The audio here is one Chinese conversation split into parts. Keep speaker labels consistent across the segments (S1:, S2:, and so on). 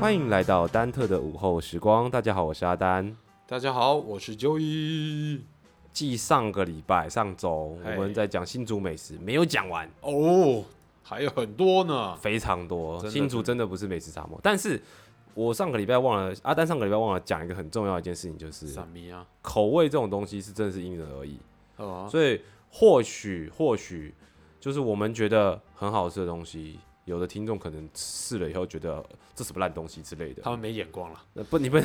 S1: 欢迎来到丹特的午后时光。大家好，我是阿丹。
S2: 大家好，我是九一。
S1: 继上个礼拜上周我
S2: 嗨
S1: 们在讲新竹美食，没有讲完，
S2: 哦，还有很多呢。
S1: 非常多。
S2: 哦真的
S1: 新竹真的不是美食沙漠，但是我上个礼拜忘了，阿丹上个礼拜忘了讲一个很重要的一件事情，就是
S2: 什么啊？
S1: 口味这种东西是真的是因人而异。
S2: 哦，
S1: 所以或许或许就是我们觉得很好吃的东西，有的听众可能试了以后觉得这什么烂东西之类的
S2: 他。们没眼 光了。
S1: 呃不，你们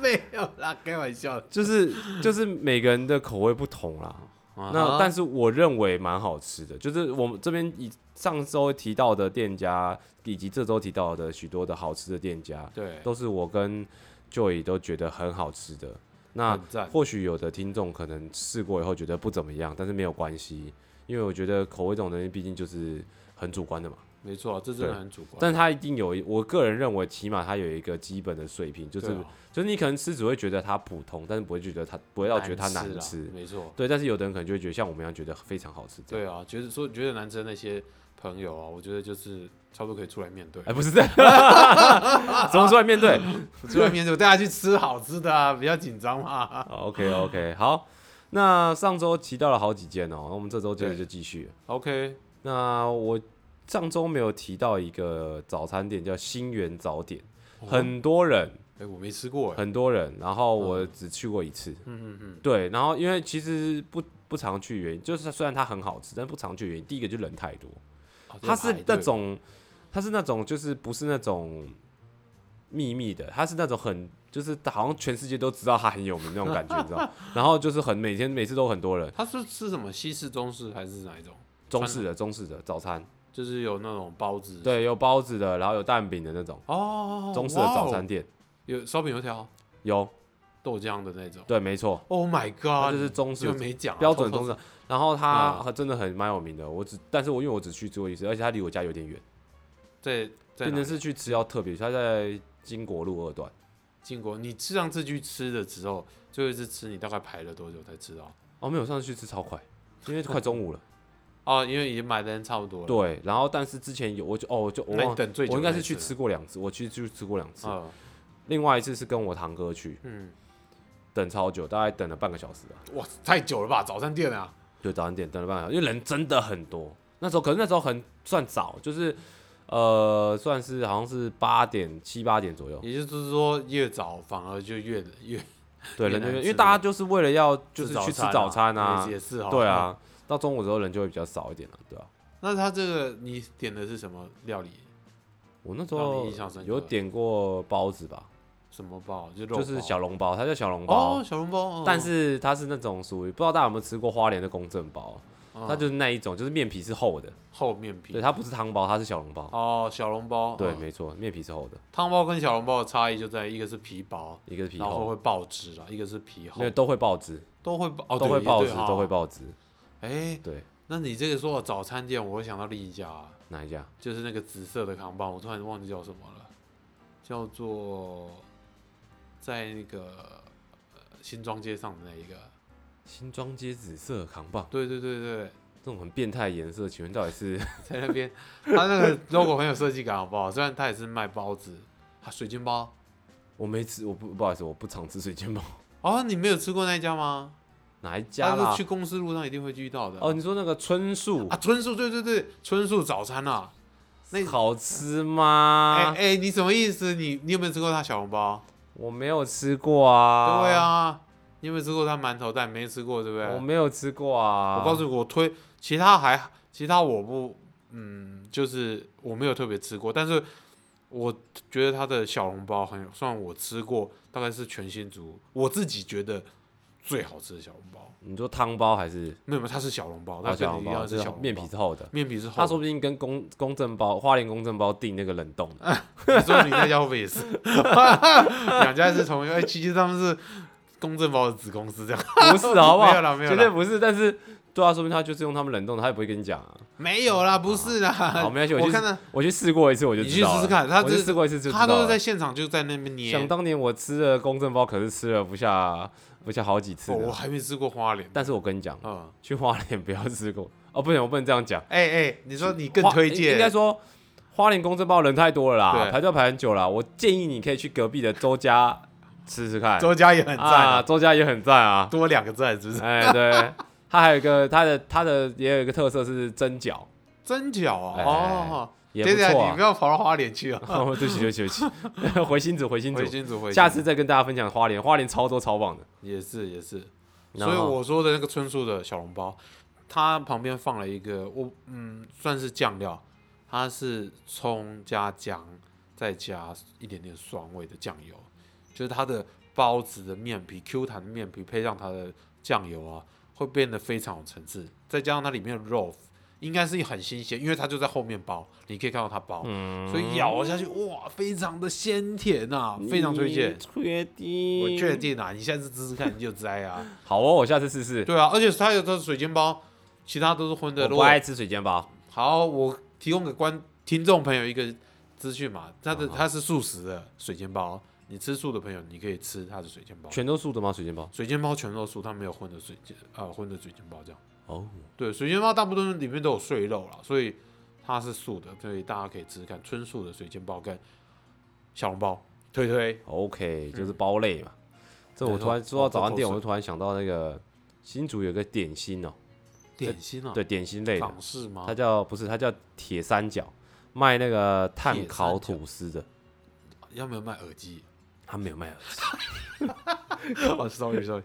S2: 没有啦，开玩笑的。
S1: 就是就是每个人的口味不同啦。
S2: 啊
S1: 那但是我认为蛮好吃的，就是我们这边以上周提到的店家，以及这周提到的许多的好吃的店家，
S2: 对，
S1: 都是我跟 Joy 都觉得很好吃的。那
S2: 很赞
S1: 或许有的听众可能试过以后觉得不怎么样，但是没有关系，因为我觉得口味这种东西毕竟就是很主观的嘛。
S2: 没错，啊这真的很主观。
S1: 但它一定有一，我个人认为起码它有一个基本的水平，就是、
S2: 对啊
S1: 就是你可能吃只会觉得它普通，但是不会觉得它不会到觉得它难
S2: 啦
S1: 吃。啊
S2: 啊没错。
S1: 对，但是有的人可能就会觉得像我们一样觉得非常好吃。这样，
S2: 对啊，觉得说觉得难吃的那些朋友啊，我觉得就是差不多可以出来面对
S1: 哎、，不是这样， 怎么出来面对
S2: 出来面对，大家去吃好吃的啊，不要紧张嘛。
S1: ？OK OK，好，那上周提到了好几间哦、那我们这周接着就继续。
S2: OK，
S1: 那我上周没有提到一个早餐店叫新源早点，
S2: 哦
S1: 很多人
S2: 哎，我没吃过哎。
S1: 很多人，然后我只去过一次，
S2: 嗯嗯嗯，
S1: 对，然后因为其实不不常去的原因，就是虽然它很好吃，但不常去的原因，第一个就人太多，
S2: 哦
S1: 它是
S2: 排
S1: 那
S2: 队
S1: 种它是那种就是不是那种秘密的，它是那种很就是好像全世界都知道它很有名那种感觉，你 知道？然后就是很每天每次都很多人，
S2: 它是吃什么西式、中式还是哪一种？
S1: 中式的中式的早餐，
S2: 就是有那种包子。
S1: 对，有包子的，然后有蛋饼的那种
S2: 哦，
S1: 中式的早餐
S2: 哇哦
S1: 店。
S2: 有烧饼油条、
S1: 有，
S2: 豆浆的那种。
S1: 对，没错，
S2: Oh my
S1: 它
S2: god！
S1: 就是中式
S2: 就没讲啊
S1: 标准
S2: 偷偷
S1: 中式。然后它
S2: 嗯
S1: 它真的很蛮有名的，我只但是我因为我只去吃过一次，而且它离我家有点远，
S2: 在在
S1: 变
S2: 哪
S1: 成是去吃要特别，它在金国路二段，
S2: 进国，你上次去吃的时候，最后一次吃你大概排了多久才吃到？
S1: 哦，没有，上次去吃超快，因为快中午了。
S2: 哦，因为已经买的人差不多了。，
S1: 对，然后但是之前有我就哦我就我
S2: 那
S1: 忘
S2: 你等最久
S1: 我应该是
S2: 那一次
S1: 去吃过两次，我去去吃过两次，
S2: 嗯
S1: 另外一次是跟我堂哥去，
S2: 嗯，
S1: 等超久，大概等了半个小时吧。
S2: 哇，太久了吧？早餐店啊，
S1: 对，早餐店等了半个小时，因为人真的很多。那时候可能那时候很算早，就是呃算是好像是八点七八点左右，
S2: 也就是说越早反而就越越
S1: 对，
S2: 越
S1: 人就
S2: 难
S1: 会因
S2: 吃
S1: 为大家就是为了要 就是
S2: 吃
S1: 去吃
S2: 餐啊
S1: 早餐啊
S2: 也，也是哈。哦嗯
S1: 对，啊，到中午之后人就会比较少一点了，对啊吧、
S2: 那他这个你点的是什么料理？
S1: 我那时
S2: 让
S1: 候
S2: 你印象深刻
S1: 有点过包子吧，
S2: 什么包？就肉
S1: 就是
S2: 包
S1: 小笼包，它叫小笼包，
S2: 哦，小笼包。哦
S1: 但是它是那种属于不知道大家有没有吃过花莲的公正包，
S2: 嗯
S1: 它就是那一种，就是面皮是厚的，
S2: 厚面
S1: 对，
S2: 皮。
S1: 它不是汤包，它是小笼包，
S2: 哦，小笼包。
S1: 对，
S2: 嗯
S1: 没错，面皮是厚的，
S2: 汤包跟小笼包的差异就在一个是皮薄，
S1: 一个是皮
S2: 然后
S1: 厚，
S2: 会爆汁啦，一个是皮厚
S1: 因为，都会爆汁，
S2: 都会爆哦，
S1: 都
S2: 对
S1: 会爆汁，
S2: 也对哈
S1: 都会爆汁，
S2: 哎，
S1: 对，
S2: 那你这个说到早餐店，我会想到另一家啊，
S1: 哪一家？
S2: 就是那个紫色的扛棒，我突然忘记叫什么了，叫做在那个、呃、新庄街上的那一个，
S1: 新庄街紫色扛棒，
S2: 对对对对，
S1: 这种很变态的颜色，请问到底是？
S2: 在那边，它那个 logo 很有设计感，好不好？虽然它也是卖包子，啊，水晶包
S1: 我没吃，我不不好意思，我不常吃水煎包，
S2: 哦，你没有吃过那一家吗？
S1: 哪一家
S2: 它
S1: 啦
S2: 是去？公司路上一定会遇到的。
S1: 哦，你说那个春树
S2: 啊，春树，对对对，春树早餐啊。那
S1: 好吃
S2: 哎哎、
S1: 吗？
S2: 你什么意思？你你有没有吃过他小笼包？
S1: 我没有吃过啊，
S2: 对，啊，你有没有吃过他馒头蛋？没吃过，对不对？
S1: 我没有吃过啊，
S2: 我告诉你，我推其他还其他我不，嗯，就是我没有特别吃过，但是我觉得他的小笼包很有，算我吃过，大概是全新竹我自己觉得最好吃的小笼包。
S1: 你说汤包还是
S2: 没有没有，它是小笼包，它
S1: 哦
S2: 跟
S1: 小笼
S2: 你一样
S1: 包？
S2: 是
S1: 是
S2: 小笼包，
S1: 面皮是厚的，
S2: 面皮是厚的。
S1: 他说不定跟公公正包、花莲公正包订那个冷冻 的，
S2: 你说你那家会不会也是？两家是同一个，哎、其实他们是公正包的子公司这样。
S1: 不是好不好？
S2: 没有啦没有
S1: 绝
S2: 啦
S1: 对不是。但是对啊，说明他就是用他们冷冻的，他也不会跟你讲啊。
S2: 没有啦，不是啦。
S1: 好，没关系，我
S2: 我
S1: 去
S2: 看到
S1: 我去试过一次，我就
S2: 你
S1: 知
S2: 去
S1: 道了
S2: 试试看，他
S1: 我
S2: 就
S1: 去试过一次就知
S2: 他
S1: 道
S2: 都
S1: 了
S2: 是在现场就在那边捏。哦
S1: 想当年我吃了公正包，可是吃了不下不下好几次
S2: 哦我
S1: 呢。
S2: 还没吃过花莲。
S1: 但是我跟你讲，
S2: 嗯，
S1: 去花莲不要吃过哦，不行，我不能这样讲。
S2: 哎哎，你说你更
S1: 花
S2: 推
S1: 应
S2: 荐？
S1: 应该说花莲公这包人太多了啦，
S2: 对
S1: 排队排很久了。我建议你可以去隔壁的周家吃吃看，
S2: 周家也很赞、
S1: 啊，
S2: 啊，
S1: 周家也很赞 啊。
S2: 多两个赞是不是？
S1: 哎，对，它还有一个它的它的也有一个特色是蒸饺，
S2: 蒸饺啊，
S1: 哎
S2: 哦，
S1: 也
S2: 等
S1: 不
S2: 一下
S1: 错、
S2: 你
S1: 啊
S2: 不。要跑到花莲去啊！
S1: 哦，对不起，对不起，对不起， 回新竹，回新
S2: 回
S1: 竹，
S2: 金竹，回
S1: 下
S2: 新
S1: 次再跟大家分享花莲，花莲超多超棒的。
S2: 竹也是也是，
S1: 然
S2: 所以
S1: 后
S2: 我说的那个春树的小笼包，它旁边放了一个我嗯算是酱料，它是葱加姜，再加一点点酸味的酱油，就是它的包子的面皮 Q 弹的面皮配上它的酱油啊，会变得非常有层次，再加上它里面的肉。应该是很新鲜，因为它就在后面包，你可以看到它包，所以咬下去哇，非常的鲜甜啊，非常推荐
S1: 你。确定？
S2: 我确。定啊，你下次吃吃看你就知道啊。
S1: 好哦，我下次试试。
S2: 对啊，而且它有它的水煎包，其他都是荤的。
S1: 我
S2: 如
S1: 不
S2: 果
S1: 爱吃水煎包，
S2: 好，我提供给观听众朋友一个资讯嘛，它
S1: 啊
S2: 的它是素食的水煎包，你吃素的朋友你可以吃它的水煎包。
S1: 全都素的吗？水煎包？
S2: 水煎包全肉素，它没有荤的水煎啊、荤的水煎包这样。
S1: 哦，
S2: 对，水煎包大部分里面都有碎肉啦，所以它是素的，所以大家可以吃吃看纯素的水煎包跟小笼包。推推
S1: OK，就是包类嘛。这我
S2: 没错
S1: 突然说到早餐店，
S2: 哦
S1: 我就
S2: 这口水
S1: 突然想到那个新竹有个点心哦，
S2: 点心啊，
S1: 对，点心类的
S2: 港，式吗
S1: 它？叫不是，它叫铁三角，卖那个碳烤吐司的，
S2: 要没有卖耳机？
S1: 他啊没有卖耳机。
S2: 哦 ，sorry sorry，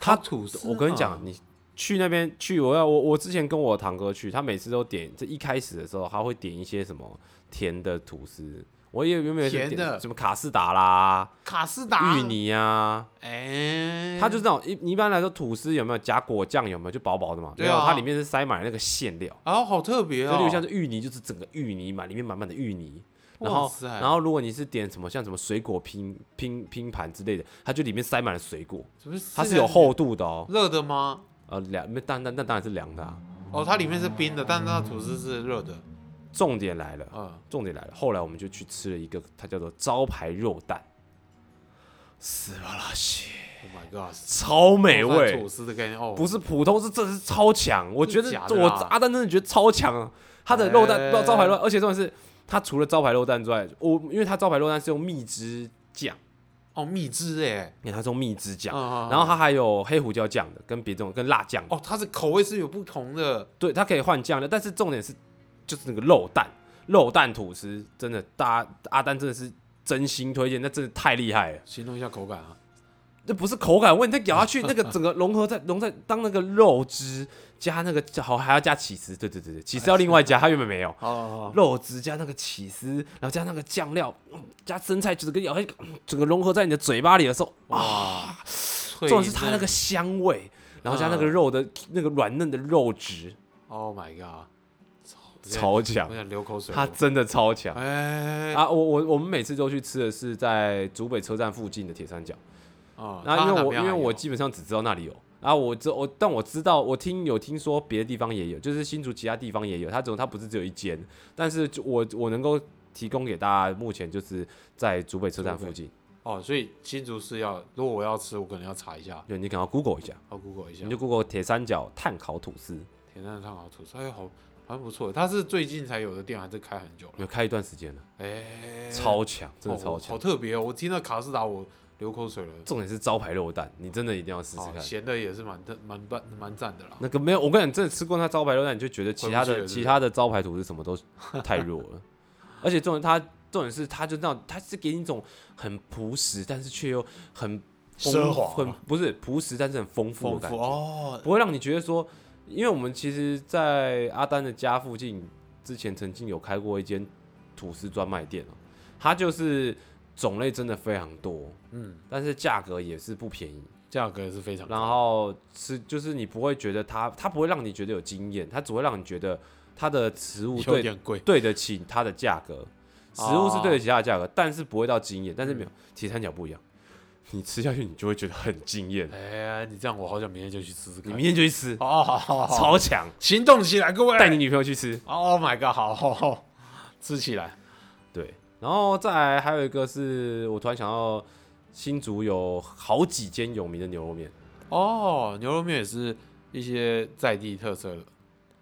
S2: 他啊吐司，
S1: 我跟你讲，，你去那边去，我要我我之前跟我堂哥去，他每次都点，这一开始的时候他会点一些什么甜的吐司，我也有没有
S2: 甜的
S1: 点什么卡士达啦、
S2: 卡士达
S1: 芋，泥啊，
S2: 哎，
S1: 它就是那种一你一般来说吐司有没有加果酱有没有就薄薄的嘛，
S2: 对
S1: 没有
S2: 啊
S1: 它里面是塞满了那个馅料，
S2: 啊，好特别
S1: 就
S2: 哦，
S1: 例如像是芋泥，就是整个芋泥嘛，里面满满的芋泥。然
S2: 哇
S1: 后，
S2: 塞
S1: 然后如果你是点什么像什么水果拼拼拼盘之类的，它就里面塞满了水果，
S2: 怎么吃
S1: 它
S2: 起
S1: 是
S2: 来
S1: 有厚度的哦。
S2: 热的吗？
S1: 呃，凉，那当然，那当然是凉的、啊。
S2: 哦，它里面是冰的，但是它吐司是热的，
S1: 重点来了，
S2: 嗯，
S1: 重点来了。后来我们就去吃了一个，它叫做招牌肉蛋，死了啦西，
S2: Oh my god，
S1: 超 美
S2: 哦它
S1: 味
S2: 吐，司的概念哦，
S1: 不是普通，是真的是超强。我觉得
S2: 真假的
S1: 我
S2: 啊
S1: 阿蛋真的觉得超强啊，它的肉蛋
S2: 哎
S1: 不知道招牌肉蛋，而且重点是它除了招牌肉蛋之外，我因为它招牌肉蛋是用蜜汁酱，
S2: 哦，蜜汁哎，
S1: 因为它是用蜜汁酱，
S2: 嗯
S1: 然后它还有黑胡椒酱的，跟别种跟辣酱的，
S2: 哦，它是口味是有不同的，
S1: 对，它可以换酱的，但是重点是就是那个肉蛋肉蛋吐司，真的大家阿丹真的是真心推荐，那真的太厉害了。
S2: 形容一下口感啊，
S1: 那不是口感问题，它咬下去那个整个融合在融在当那个肉汁加那个好还要加起司，对对对对，起司要另外加，它原本没有。
S2: 好好好，
S1: 肉汁加那个起司，然后加那个酱料，嗯加生菜，整个咬下去，嗯整个融合在你的嘴巴里的时候，
S2: 哇，
S1: 啊重
S2: 重
S1: 点是它那个香味，然后加那个肉的、那个软嫩的肉质，
S2: ，Oh my god，
S1: 超
S2: 我
S1: 强，
S2: 想流口水了，
S1: 它真的超强
S2: 哎，
S1: 啊！我我我们每次都去吃的是在竹北车站附近的铁三角。
S2: 哦，
S1: 那
S2: 它
S1: 因为
S2: 哪
S1: 我
S2: 边
S1: 因为
S2: 还有
S1: 我基本上只知道那里有，啊，我知我但我知道我听有听说别的地方也有，就是新竹其他地方也有，它总它不是只有一间，但是就我我能够提供给大家，目前就是在竹北车站附近，
S2: 哦，所以新竹是要，如果我要吃，我可能要查一下，
S1: 对，你可能要 Google 一下，
S2: 要 Google 一下
S1: 你就。Google 铁三角碳烤吐司，
S2: 甜蛋烫烤吐司，哎呦，好好像不错。它是最近才有的店，还是开很久了？
S1: 有开一段时间了，
S2: 哎，
S1: 超强，真的
S2: 哦
S1: 超
S2: 好
S1: 强，
S2: 特别哦！我听到卡士达，我流口水了。
S1: 重点是招牌肉蛋，你真的一定要试试
S2: 好，
S1: 看。
S2: 咸的也是蛮特蛮赞蛮赞的啦。
S1: 那个没有，我跟你讲，真的吃过它招牌肉蛋，你就觉得其他
S2: 哦回不去
S1: 的
S2: 了是不是
S1: 其他的招牌吐司什么都 太弱了，而且重点它重点是它就那种，它是给你一种很朴实，但是却又很丰
S2: 奢华
S1: 很不是朴实，但是很丰富
S2: 丰
S1: 的感
S2: 富
S1: 觉，
S2: 哦，
S1: 不会让你觉得说，因为我们其实，在阿丹的家附近之前曾经有开过一间吐司专卖店哦，它就是种类真的非常多，
S2: 嗯，
S1: 但是价格也是不便宜。
S2: 价格也是非常
S1: 然
S2: 高。
S1: 后吃就是你不会觉得它，它不会让你觉得有经验，它只会让你觉得它的食物
S2: 有
S1: 对
S2: 点贵，
S1: 对得起它的价格，食物是对得起它的价格，但是不会到惊艳，但是没有铁三角不一样，你吃下去你就会觉得很惊 艳，
S2: 哎，你这样我好想明天就去吃吃
S1: 你
S2: 看。
S1: 明天就去吃，
S2: 哦，好好好，
S1: 超强，
S2: 行动起来，各位！
S1: 带你女朋友去吃，
S2: Oh my god，好好好，吃起来。
S1: 对，然后再来还有一个是我突然想到新竹有好几间有名的牛肉面。
S2: 哦，牛肉面也是一些在地特色的，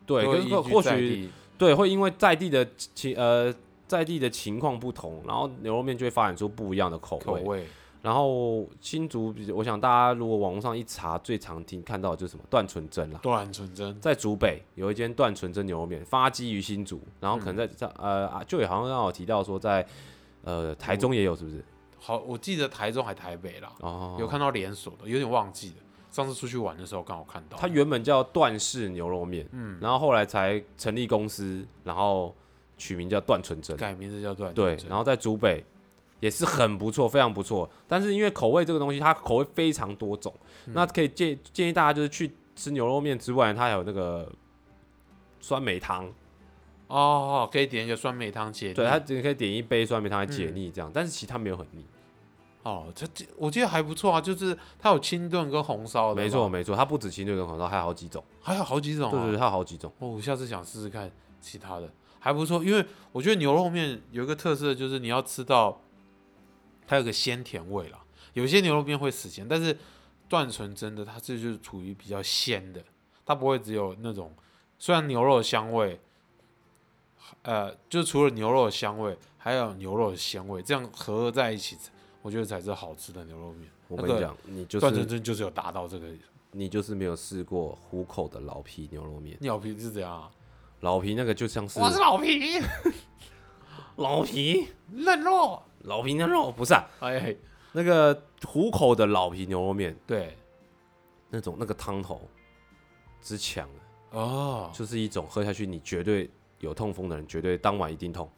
S1: 对，
S2: 都
S1: 可
S2: 会
S1: 是
S2: 依
S1: 或
S2: 据
S1: 或
S2: 在
S1: 许
S2: 地
S1: 对，会因为在地的情呃在地的情况不同，然后牛肉面就会发展出不一样的口味。
S2: 口味
S1: 然后新竹，我想大家如果网络上一查，最常听看到的就是什么段纯真啦，
S2: 断纯真，
S1: 在竹北有一间段纯真牛肉面，发基于新竹，然后可能
S2: 嗯
S1: 在在、呃啊，就也好像让我提到说在呃台中也有，是不是？
S2: 好，我记得台中还台北啦，
S1: 哦，
S2: 有看到连锁的，有点忘记了。上次出去玩的时候刚好看到，
S1: 它原本叫段氏牛肉面，嗯，然后后来才成立公司，然后取名叫段纯真，
S2: 改名字叫断
S1: 对
S2: 纯，真，
S1: 然后在竹北也是很不错，非常不错。但是因为口味这个东西，它口味非常多种，那可以建建议大家就是去吃牛肉面之外，它还有那个酸梅汤，
S2: 哦，可以点一个酸梅汤解腻。
S1: 对，它只可以点一杯酸梅汤来解腻这样，但是其实它没有很腻，
S2: 哦，这这我记得还不错啊，就是它有清炖跟红烧的嘛，
S1: 没错没错，它不止清炖跟红烧，还有好几种，
S2: 还有好几种、
S1: 对
S2: 啊。
S1: 对对，它有好几种，
S2: 哦，我下次想试试看其他的，还不错。因为我觉得牛肉面有一个特色，就是你要吃到它有个鲜甜味啦。有些牛肉面会死咸，但是断纯真的它这就是处于比较鲜的，它不会只有那种虽然牛肉的香味，呃，就除了牛肉的香味，还有牛肉的鲜味，这样合合在一起，我觉得才是好吃的牛肉面。
S1: 我跟
S2: 那
S1: 你
S2: 个
S1: 讲，你就
S2: 段纯
S1: 是
S2: 真就是有达到这个
S1: 你就是没有试过虎口的老皮牛肉面，
S2: 尿皮是怎样、啊？
S1: 老皮那个就像是
S2: 我是老皮，
S1: 老皮
S2: 嫩肉。
S1: 老皮那肉不是、啊、
S2: 哎，
S1: 那个虎口的老皮牛肉面。
S2: 对，
S1: 那种那个汤头之强啊，
S2: 哦，
S1: 就是一种喝下去你绝对有痛风的人绝对当晚一定 痛，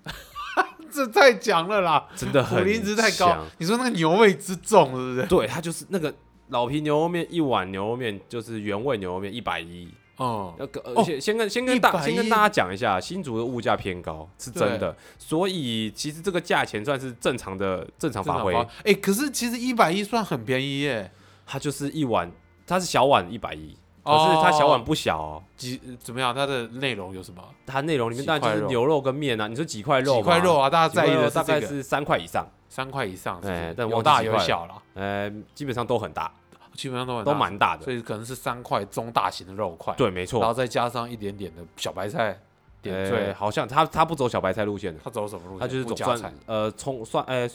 S2: 这太强了啦，
S1: 真的
S2: 普
S1: 很
S2: 林值太高
S1: 强。。
S2: 你说那个牛味之重，是不是？
S1: 对，它就是那个老皮牛肉面，一碗牛肉面就是原味牛肉面一百一。
S2: 哦，
S1: 那个
S2: 哦
S1: 而且先跟先跟大
S2: 110
S1: 先跟大家讲一下，新竹的物价偏高是真的，所以其实这个价钱算是正常的正常
S2: 真的
S1: 发挥。
S2: 好哎，可是其实一百一算很便宜耶，
S1: 它就是一碗，它是小碗一百一，可
S2: 哦
S1: 是它小碗不小哦。
S2: 几怎么样？它的内容有什么？
S1: 它内容里面
S2: 几
S1: 当然
S2: 块
S1: 就是
S2: 肉
S1: 牛肉跟面啊，你说几块肉？
S2: 几块肉？啊？大家在意的
S1: 哦大
S2: 是
S1: 概
S2: 这个，
S1: 是三块以上，
S2: 三块以上，是不是
S1: 哎但忘
S2: 有
S1: 记
S2: 大
S1: 几
S2: 有
S1: 块了
S2: 小啦，
S1: 呃，基本上都很大，
S2: 基本上都很
S1: 都
S2: 大，
S1: 蛮大的。
S2: 所以可能是三块中大型的肉块，，
S1: 对，没
S2: 然
S1: 错。
S2: 后再加上一点点的小白菜点
S1: 呃
S2: 缀。
S1: 好像他他不走小白菜路线的，
S2: 它走什么路线？
S1: 他就是
S2: 不
S1: 走
S2: 加
S1: 蒜
S2: 菜，
S1: 呃葱蒜呃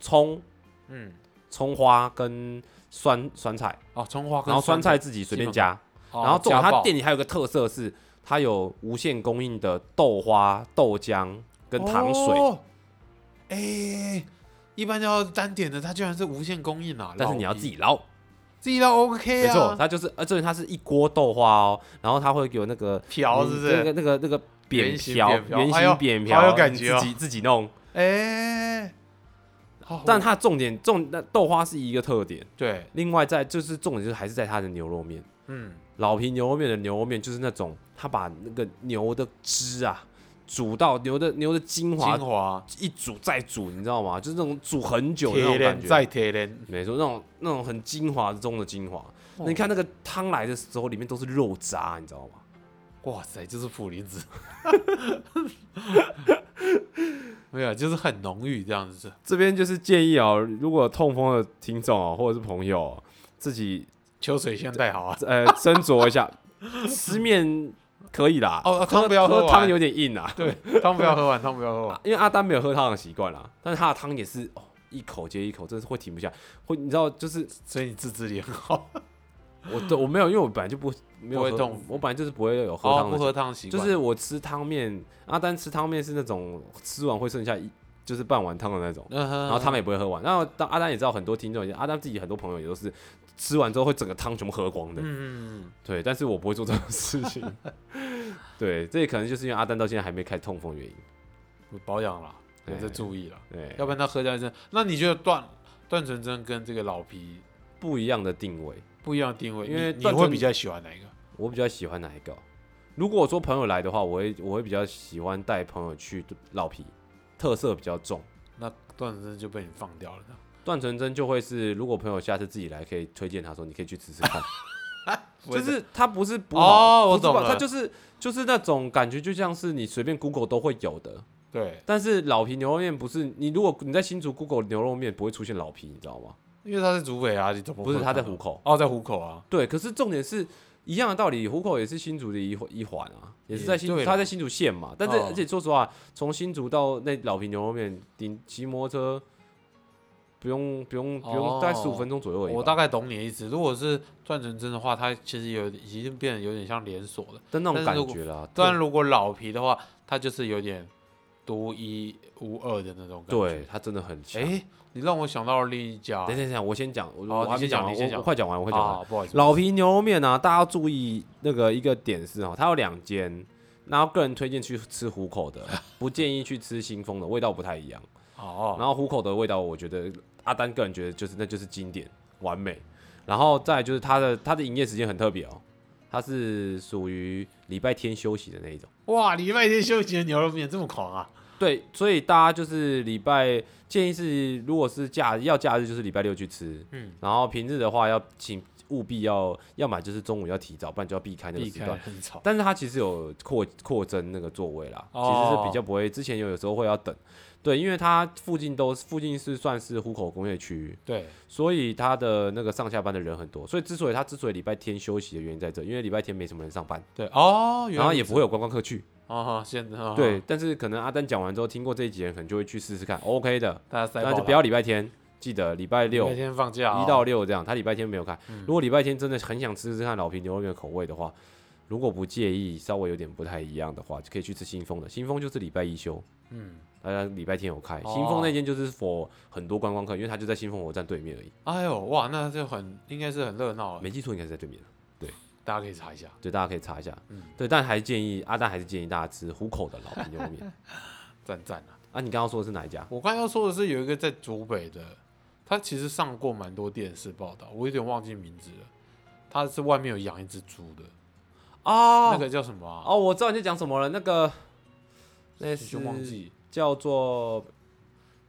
S1: 葱
S2: 嗯，
S1: 葱花跟酸酸菜，
S2: 哦，葱花跟
S1: 然后酸
S2: 菜，
S1: 菜自己随便加。
S2: 哦
S1: 然后重点
S2: 加
S1: 他
S2: 爆
S1: 店里还有个特色是，它有无限供应的豆花、豆浆跟糖水，
S2: 哦哎、一般要单点的，它居然是无限供应啊！
S1: 但是你要自己捞。
S2: 自己要 OK
S1: 没
S2: 啊，
S1: 错，它就是呃，重点它是一锅豆花哦，然后它会有那个嗯
S2: 瓢是不
S1: 那个
S2: 是？
S1: 那个那个扁
S2: 圆形
S1: 瓢
S2: 扁，瓢
S1: 圆
S2: 哎呦
S1: 形扁瓢，
S2: 好有感
S1: 你
S2: 觉哦
S1: 自己自己弄。
S2: 哎、好
S1: 但它重点重那豆花是一个特点，
S2: 对，
S1: 另外在就是重点就是还是在它的牛肉面，
S2: 嗯，
S1: 老皮牛肉面的牛肉面就是那种它把那个牛的汁啊煮到牛的牛的精
S2: 精
S1: 华
S2: 华
S1: 一煮再煮，你知道吗？就是那种煮很久的那
S2: 铁
S1: 种感
S2: 链
S1: 觉。
S2: 再铁链，
S1: 没错，那种那种很精华中的精华。
S2: 哦
S1: 那你看那个汤来的时候，里面都是肉渣，你知道吗？
S2: 哇塞，就是普林子，没有，就是很浓郁这样子。
S1: 这边就是建议哦，如果痛风的听众哦，或者是朋友哦、自己
S2: 秋水先带好啊，
S1: 呃斟酌一 下，吃面可以啦，
S2: 哦，
S1: 喝
S2: 汤不要
S1: 喝
S2: 完，
S1: 汤有点硬啊，
S2: 对，汤不要喝完，汤不要喝完。
S1: 因为阿丹没有喝汤的习惯啦，但是他的汤也是哦一口接一口，真的是会停不下，会你知道就是
S2: 所以你自制力很好，
S1: 我对我没有，因为我本来就不没有
S2: 不会
S1: 喝
S2: 动
S1: 我本来就是不会有喝
S2: 哦，
S1: 汤
S2: 不
S1: 的习，
S2: 喝汤的习
S1: 就
S2: 惯，
S1: 是我吃汤面，阿丹吃汤面是那种吃完会剩下一就是半碗汤的那种。
S2: 嗯哼，
S1: 然后他们也不会喝完。然后当阿丹也知道很多听众，阿丹自己很多朋友也都是吃完之后会整个汤全部喝光的。
S2: 嗯，嗯
S1: 对，但是我不会做这种事情。对，这也可能就是因为阿丹到现在还没开痛风原因。
S2: 嗯保养了，
S1: 哎
S2: 有在注意了。
S1: 对
S2: 要，不然他喝下去，那你觉得段段纯真跟这个老皮
S1: 不一样的定位，
S2: 不一样的定位，
S1: 因为
S2: 你你
S1: 段纯
S2: 会比较喜欢哪一个？
S1: 我比较喜欢哪一个哦？如果我说朋友来的话，我会我会比较喜欢带朋友去老皮，特色比较重。
S2: 那段纯真就被你放掉了呢。
S1: 段纯真就会是，如果朋友下次自己来，可以推荐他说，你可以去吃吃 看。就是它不是不好
S2: 哦我
S1: 不是不好
S2: 懂了
S1: 它就是就是那种感觉，就像是你随便 Google 都会有的。
S2: 对，
S1: 但是老皮牛肉面不是你，如果你在新竹 Google 牛肉面不会出现老皮，你知道吗？
S2: 因为他是竹北啊，你怎么
S1: 不是
S2: 会
S1: 他在
S2: 看
S1: 虎
S2: 到
S1: 口。
S2: 哦，在虎口啊，
S1: 对，可是重点是一样的道理，虎口也是新竹的一环一环啊，也是
S2: 也
S1: 在新，
S2: 对
S1: 它
S2: 啦
S1: 在新竹县嘛。但是、
S2: 哦
S1: 而且说实话，从新竹到那老皮牛肉面，顶骑摩托车不用不用不用，大概十五
S2: 哦
S1: 分钟左右而已吧。
S2: 我大概懂你的意思。如果是转成真的话，它其实有已经变得有点像连锁了。
S1: 但那种
S2: 但是
S1: 感
S2: 如果
S1: 觉啦，
S2: 但如果老皮的话，它就是有点独一无二的那种感
S1: 对
S2: 觉。
S1: 它真的很强。
S2: 哎、你让我想到了另一家。
S1: 等一下等一下，我先讲，我、
S2: 哦
S1: 我
S2: 你
S1: 还没
S2: 先讲
S1: 完，
S2: 你先
S1: 我我
S2: 讲
S1: 快讲完，我快讲完。
S2: 啊，不好意思，
S1: 老皮牛肉面啊，大家要注意那个一个点是哦，它有两间，然后个人推荐去吃虎口的，不建议去吃新丰的，味道不太一样。
S2: 哦，
S1: 然后虎口的味道，我觉得阿丹个人觉得就是那就是经典完美。然后再来就是它的它的营业时间很特别哦，它是属于礼拜天休息的那一种。
S2: 哇，礼拜天休息的牛肉面这么狂啊！
S1: 对，所以大家就是礼拜建议是，如果是假要假日就是礼拜六去吃，
S2: 嗯，
S1: 然后平日的话要请务必要要么就是中午要提早，不然就要避开那个
S2: 避
S1: 时
S2: 开
S1: 段。
S2: 很吵。
S1: 但是它其实有扩扩增那个座位啦，其实
S2: 哦
S1: 是比较不会，之前有有时候会要等，对，因为它附近都是附近是算是虎口工业区，
S2: 对，
S1: 所以它的那个上下班的人很多，所以之所以它之所以礼拜天休息的原因在这，因为礼拜天没什么人上班，
S2: 对哦，原
S1: 然
S2: 来
S1: 后也不会有观光客去，
S2: 哦，现在、哦、
S1: 对，，但是可能阿丹讲完之后，听过这一集的人可能就会去试试看，OK 的，
S2: 大家塞
S1: 那
S2: 爆
S1: 就不要礼拜天，记得礼拜六
S2: 每
S1: 一
S2: 天放假、哦、
S1: 到六这样，他礼拜天没有开。如果礼拜天真的很想吃吃看老皮牛肉面的口味的话，如果不介意稍微有点不太一样的话，就可以去吃新丰的。新丰就是礼拜一休，
S2: 嗯，
S1: 大家礼拜天有开。
S2: 哦
S1: 新丰那间就是 for 很多观光客，因为它就在新丰火车站对面而已。
S2: 哎呦哇，那就很应该是很热闹了，
S1: 没记错应该是在对面，
S2: 大家可以查一下。
S1: 对，大家可以查一下。
S2: 嗯
S1: 对，但还建议阿蛋还是建议大家吃虎口的老皮牛肉 面。
S2: 赞赞啊！
S1: 啊，你刚刚说的是哪一家？
S2: 我刚要说的是有一个在竹北的，他其实上过蛮多电视报道，我有点忘记名字了。他是外面有养一只猪的，
S1: 哦
S2: 那个叫什么啊？
S1: 哦，我知道你在讲什么了，那个那
S2: 你就忘
S1: 是
S2: 记
S1: 叫做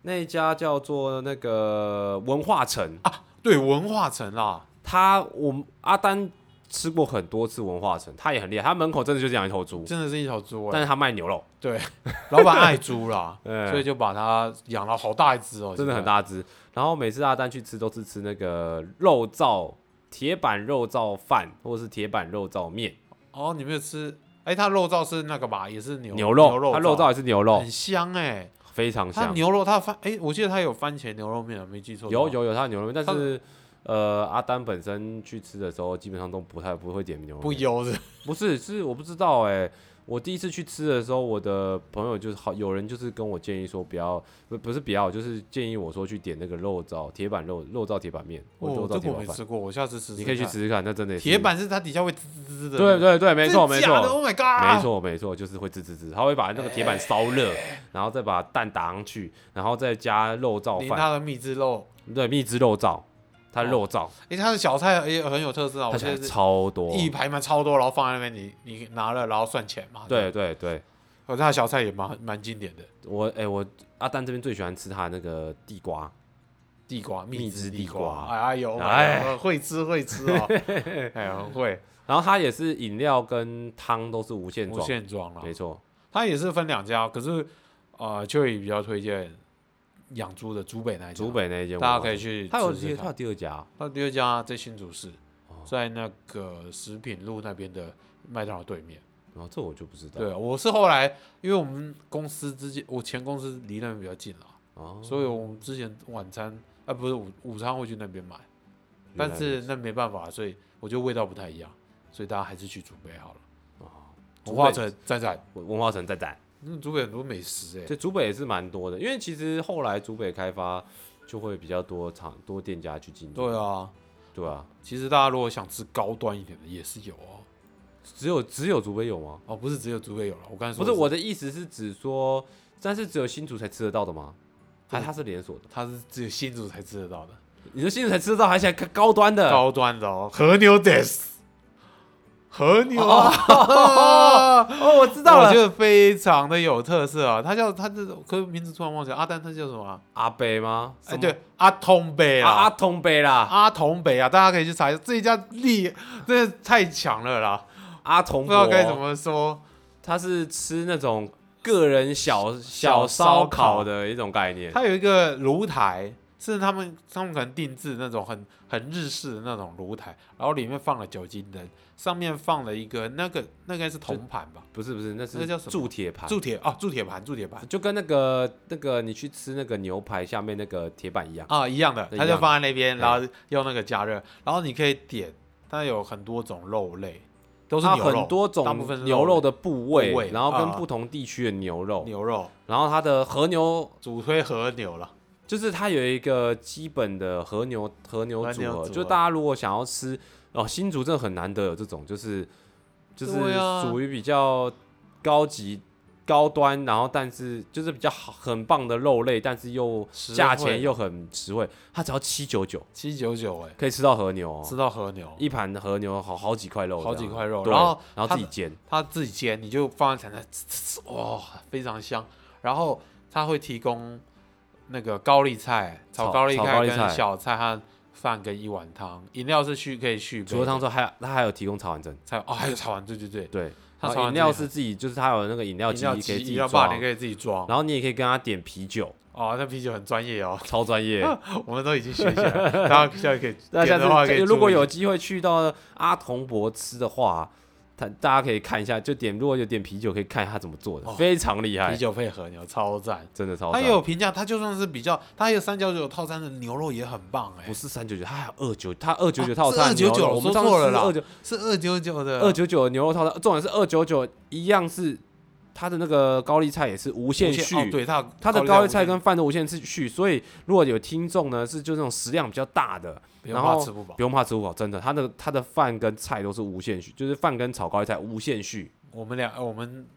S1: 那一家叫做那个文化城，
S2: 啊？对，文化城啦，
S1: 他我们阿丹吃过很多次文化城，他也很厉害，他门口真的就这样一头猪，
S2: 真的是一条猪
S1: 但
S2: 哎、
S1: 是他卖牛肉，，
S2: 老板爱猪啦
S1: 嗯
S2: 所以就把它养了好大一只哦、
S1: 真的很
S2: 大。
S1: 大只。然后每次阿丹去吃都是吃那个肉燥铁板肉燥饭或者是铁板肉燥面，
S2: 哦，你没有吃？哎、它肉燥是那个吧？也是牛
S1: 牛肉，
S2: 肉，肉
S1: 他肉燥也是牛肉，
S2: 很香哎、
S1: 非常
S2: 它
S1: 香。
S2: 牛肉它番哎、我记得它有番茄牛肉面，没记错的话。
S1: 有有有他的牛肉面，
S2: 它
S1: 但是呃，阿丹本身去吃的时候，基本上都不太不会点牛肉
S2: 不
S1: 面。
S2: 油的？
S1: 不是，是我不知道哎、我第一次去吃的时候，我的朋友就是好，有人就是跟我建议说不要，不不是不要，就是建议我说去点那个肉燥铁板肉肉燥铁板面，或者肉
S2: 哦，
S1: 燥
S2: 这
S1: 铁
S2: 个我
S1: 板
S2: 没
S1: 饭，
S2: 吃过，我下次试试看。
S1: 你可以去吃吃看，那真的也是
S2: 铁。板是它底下会滋滋滋的。
S1: 对，对对，没错没
S2: 真假的
S1: 错，
S2: ，Oh my
S1: 没
S2: god！，
S1: 错没错，就是会滋滋滋，他会把那个铁板烧热，然后再把蛋打上去，然后再加肉燥
S2: 连
S1: 饭，
S2: 它的蜜汁肉，
S1: 对，蜜汁肉燥，它的
S2: 哦
S1: 肉燥。
S2: 哎，它的小菜也很有特色啊。
S1: 它
S2: 我
S1: 起
S2: 记
S1: 来
S2: 得是
S1: 超多，
S2: 一排嘛，超多，然后放在那边，你你拿了，然后算钱嘛。
S1: 对，对对，
S2: 可是它的小菜也蛮蛮经典的，
S1: 我哎、我阿丹这边最喜欢吃它那个地瓜，
S2: 地瓜蜜
S1: 蜜汁
S2: 汁
S1: 地瓜
S2: 瓜。哎呦，
S1: 哎
S2: 哎，会吃会吃哦， 哎，很会，
S1: 然后它也是饮料跟汤都是无限
S2: 无
S1: 装，
S2: 限装了
S1: 没。错，
S2: 它也是分两家，可是呃，就也比较推荐养猪的竹北那一家，
S1: 竹北那一间
S2: 大家可
S1: 以，
S2: 以去
S1: 它有
S2: 吃吃
S1: 第它
S2: 看
S1: 有第二家，
S2: 那第二家在新竹市
S1: 哦，
S2: 在那个食品路那边的麦当劳对面。
S1: 然哦后这我就不知道，
S2: 对，我是后来因为我们公司之间，我前公司离那边比较近了，
S1: 哦，
S2: 所以我们之前晚餐啊不是午午餐会去那边买，
S1: 原来
S2: 但是那没办法，所以我觉得味道不太一样，所以大家还是去竹北好了。
S1: 竹北
S2: 哦，化成赞赞，
S1: 文文化城在在，
S2: 嗯，竹北很多美食哎、
S1: 对，竹北也是蛮多的，因为其实后来竹北开发就会比较多厂多店家去进驻，
S2: 对啊，
S1: 对啊，
S2: 其实大家如果想吃高端一点的也是有哦，
S1: 只有只有竹北有吗？
S2: 哦不是只有竹北有了，我刚才说
S1: 不是
S2: 的
S1: 我的意思是指说，但是只有新竹才吃得到的吗？还
S2: 对
S1: 它是连锁的？
S2: 它是只有新竹才吃得到的。
S1: 你说新竹才吃得到，还想看高端的？
S2: 高端的哦，和牛 des，和牛，
S1: 哦， 我知
S2: 知
S1: 道
S2: 我
S1: 了
S2: 觉，得非常的有特色啊。他叫他这，可是名字突然忘记了，阿丹他叫什么啊？
S1: 阿北吗？
S2: 哎，对，阿通北
S1: 阿阿
S2: 啊，
S1: 通北啦，
S2: 阿通北啊，大家可以去查一下，这一家厉，真的太强了啦，
S1: 阿童
S2: 不
S1: 伯
S2: 知道该怎么说。
S1: 他是吃那种个人小
S2: 小
S1: 烧
S2: 烧
S1: 烤
S2: 烤
S1: 的一种概念。
S2: 它有一个炉台，甚至他们他们可能定制那种很很日式的那种炉台，然后里面放了酒精灯，上面放了一个那个那个应该是铜盘吧，
S1: 不是不是，那是
S2: 那叫什么
S1: 铸铁盘，嗯
S2: 铸铁啊铸铁盘铸铁盘
S1: 就跟那个那个你去吃那个牛排下面那个铁板一样。
S2: 啊一样的，
S1: 一
S2: 它就
S1: 样
S2: 放在那边，
S1: 嗯
S2: 然后用那个加热，然后你可以点，它有很多种肉类，都是
S1: 它
S2: 牛肉，
S1: 很多
S2: 大部分是
S1: 种牛肉的部位，
S2: 部位
S1: 然后跟
S2: 啊
S1: 不同地区的牛肉，
S2: 牛肉
S1: 然后它的和牛
S2: 主推和牛了，
S1: 就是它有一个基本的和牛和牛
S2: 和
S1: 组
S2: 牛
S1: 合，
S2: 组
S1: 就
S2: 合
S1: 大家如果想要吃哦，新竹真的很难得有这种，就是就是
S2: 对啊
S1: 属于比较高级。高端，然后但是就是比较好很棒的肉类，但是又
S2: 实
S1: 价
S2: 惠
S1: 钱又很实惠，它只要七九九
S2: 七九九哎，
S1: 可以吃到和牛、哦，
S2: 吃到和牛，
S1: 一盘和牛好好几块肉这样，
S2: 好几块肉，
S1: 对
S2: 然后
S1: 然后
S2: 它
S1: 自己煎，
S2: 它自己煎，你就放在铲子，呲呲呲哇，非常香。然后它会提供那个高丽菜、炒
S1: 炒
S2: 高丽
S1: 炒高
S2: 菜
S1: 丽菜
S2: 跟小菜和饭跟一碗汤，饮料是续可以续杯的。
S1: 除了汤之后，还有它还有提供炒碗蒸，
S2: 菜哦，还有炒完，对对对，
S1: 对，
S2: 它
S1: 然
S2: 炒
S1: 后
S2: 完
S1: 饮料
S2: 自
S1: 是自己，就是它有那个饮料
S2: 饮
S1: 机
S2: 料
S1: 可以自
S2: 机，饮
S1: 己
S2: 料吧，
S1: 装
S2: 你，可以自己装。
S1: 然后你也可以跟他点啤酒，
S2: 哦，那啤酒很专业哦，
S1: 超专业。
S2: 我们都已经学起来了，大家下次可以
S1: 啊那下
S2: 点的话可
S1: 次
S2: 以
S1: 如果
S2: 注意
S1: 有机会去到阿童博吃的话，他大家可以看一下，就点如果有点啤酒，可以看他怎么做的，
S2: 哦
S1: 非常厉
S2: 啤
S1: 害，
S2: 酒配和牛，超赞。
S1: 真的超
S2: 它
S1: 赞。
S2: 也有评价，它就算是比较，它还有三九九套餐的牛肉也很棒哎、
S1: 不是三九九，他还有二九，他二九九套
S2: 是
S1: 餐牛
S2: 299
S1: 肉，我
S2: 说
S1: 们上次
S2: 错了
S1: 吃
S2: 啦
S1: 二九
S2: 是二九九的
S1: 二九九的牛肉套餐，重点是二九九一样是它的那个高丽菜也是无限
S2: 无
S1: 续，
S2: 哦、对它
S1: 它的高丽
S2: 丽
S1: 菜跟饭都无限次续，所以如果有听众呢是就那种食量比较大的，
S2: 然
S1: 然
S2: 后
S1: 后
S2: 吃不饱
S1: 不。用怕吃不饱，真的，它的它的饭跟菜都是无限续，就是饭跟炒高丽菜无限续，
S2: 我们俩，呃我们，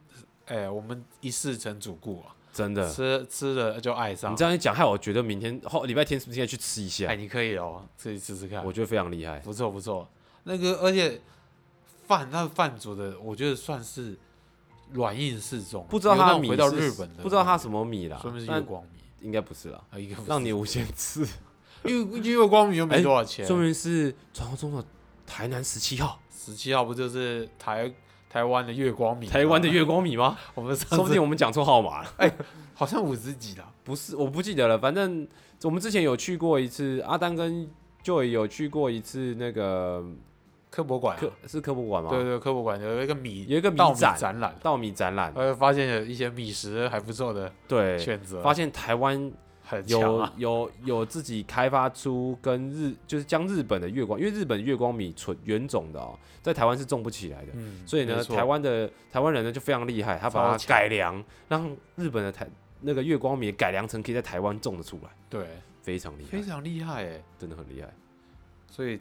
S2: 哎、我们一世成主顾啊，
S1: 真的。
S2: 吃吃了就爱上
S1: 你。这样一讲，害我觉得明天后礼拜天是不是应该去吃一
S2: 啊哎，
S1: 下？
S2: 你可以哦，自己试试看
S1: 我，觉得非常厉害，
S2: 不错不错。那个，而且饭，那饭煮的，我觉得算是软硬适中。啊
S1: 不知道
S2: 有那
S1: 它
S2: 种
S1: 米
S2: 回到
S1: 是
S2: 日本的，
S1: 不知道它什么米啦
S2: 说明，是月
S1: 但
S2: 光米，
S1: 应该不是啦，
S2: 啊，一个不
S1: 让
S2: 是
S1: 你无限吃，
S2: 因为因为月光米又没
S1: 哎
S2: 多少钱，
S1: 说明是传说中的台南十七号，
S2: 十七号不就是台台湾的月光米啊吗？
S1: 台湾的月光米 吗？
S2: 我们上
S1: 说不
S2: 次
S1: 定我们讲错号码了。
S2: 好像五十几了，
S1: 不是，我不记得了。反正我们之前有去过一次，阿丹跟 Joy 有去过一次那个
S2: 科博馆啊、
S1: 科是科普馆吗？
S2: 对，对，科普馆有一个米，
S1: 有一个米
S2: 稻米
S1: 展
S2: 展览，
S1: 稻米展览。
S2: 呃，发现有一些米食还不错的
S1: 对，
S2: 选择，
S1: 发现台湾
S2: 很强
S1: 有
S2: 啊，
S1: 有有自己开发出跟日就是将日本的月光，因为日本月光米纯原种的哦，在台湾是种不起来的。
S2: 嗯，
S1: 所以呢，
S2: 没错
S1: 台湾的台湾人呢就非常厉害，他把
S2: 超
S1: 它
S2: 强
S1: 改良，让日本的台那个月光米改良成可以在台湾种得出来，
S2: 对
S1: 非常厉
S2: 非
S1: 害，
S2: 常厉害哎，
S1: 真的很厉害。
S2: 所以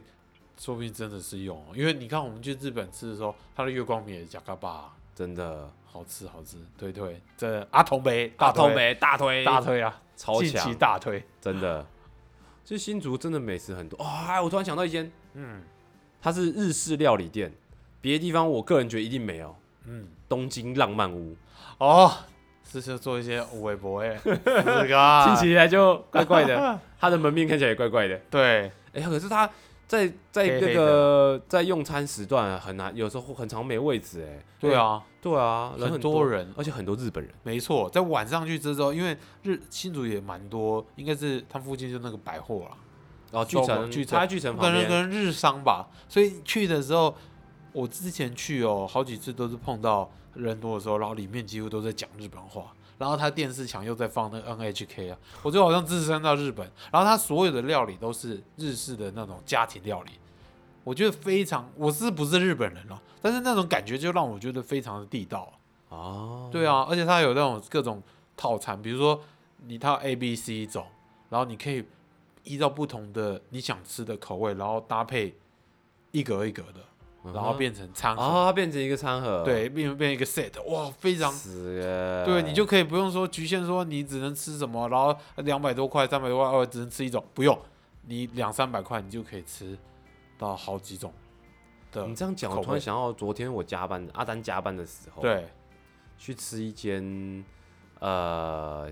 S2: 说不定真的是用哦，因为你看我们去日本吃的时候，它的月光米也加嘎巴，啊
S1: 真的，
S2: 好吃好吃，推推，这阿童梅
S1: 大
S2: 推
S1: 头梅、大推、
S2: 大推啊，
S1: 超
S2: 近期
S1: 强，
S2: 大推，
S1: 真的。其实新竹真的美食很多哦，哎，我突然想到一间，
S2: 嗯
S1: 它是日式料理店，别的地方我个人觉得一定没有。
S2: 嗯，
S1: 东京浪漫屋，
S2: 哦。是是做一些微 博哎，这个啊
S1: 听起来就怪怪 的， 它的门面看起来也怪怪的。
S2: 对，
S1: 哎、可是它在在
S2: 黑黑
S1: 那个在用餐时段很难，有时候很常没位置哎。
S2: 对
S1: 哎，
S2: 啊，
S1: 对啊，人
S2: 很
S1: 多
S2: 多，人
S1: 而且很多日本人。
S2: 没错，在晚上去吃之后，因为日新竹也蛮多，应该是它附近就那个百货啦，
S1: 哦，巨
S2: 搜狗
S1: 城，
S2: 巨城
S1: 它在巨城
S2: 可
S1: 旁
S2: 能可
S1: 边，
S2: 能日商吧。所以去的时候，我之前去哦，好几次都是碰到人多的时候，然后里面几乎都在讲日本话，然后他电视墙又在放那个 NHK 啊，我就好像置身到日本。然后他所有的料理都是日式的那种家庭料理，我觉得非常，我是不是日本人哦？但是那种感觉就让我觉得非常的地道啊。
S1: 哦，
S2: 对啊，而且它有那种各种套餐，比如说你套 A、B、C 种，然后你可以依照不同的你想吃的口味，然后搭配一格一格的，
S1: 嗯哼，
S2: 然后变成餐盒，
S1: 哦，它变成一个餐盒，，
S2: 对，变变一个 set，哇，非常。
S1: 死耶，
S2: 对，你就可以不用说局限说你只能吃什么，然后两百多块、三百多块，哦，只能吃一种，不用，你两三百块你就可以吃到好几种的
S1: 你，这样讲，我
S2: 口
S1: 突然
S2: 味
S1: 想到昨天我加班，阿丹加班的时候，，
S2: 对，
S1: 去吃一间呃，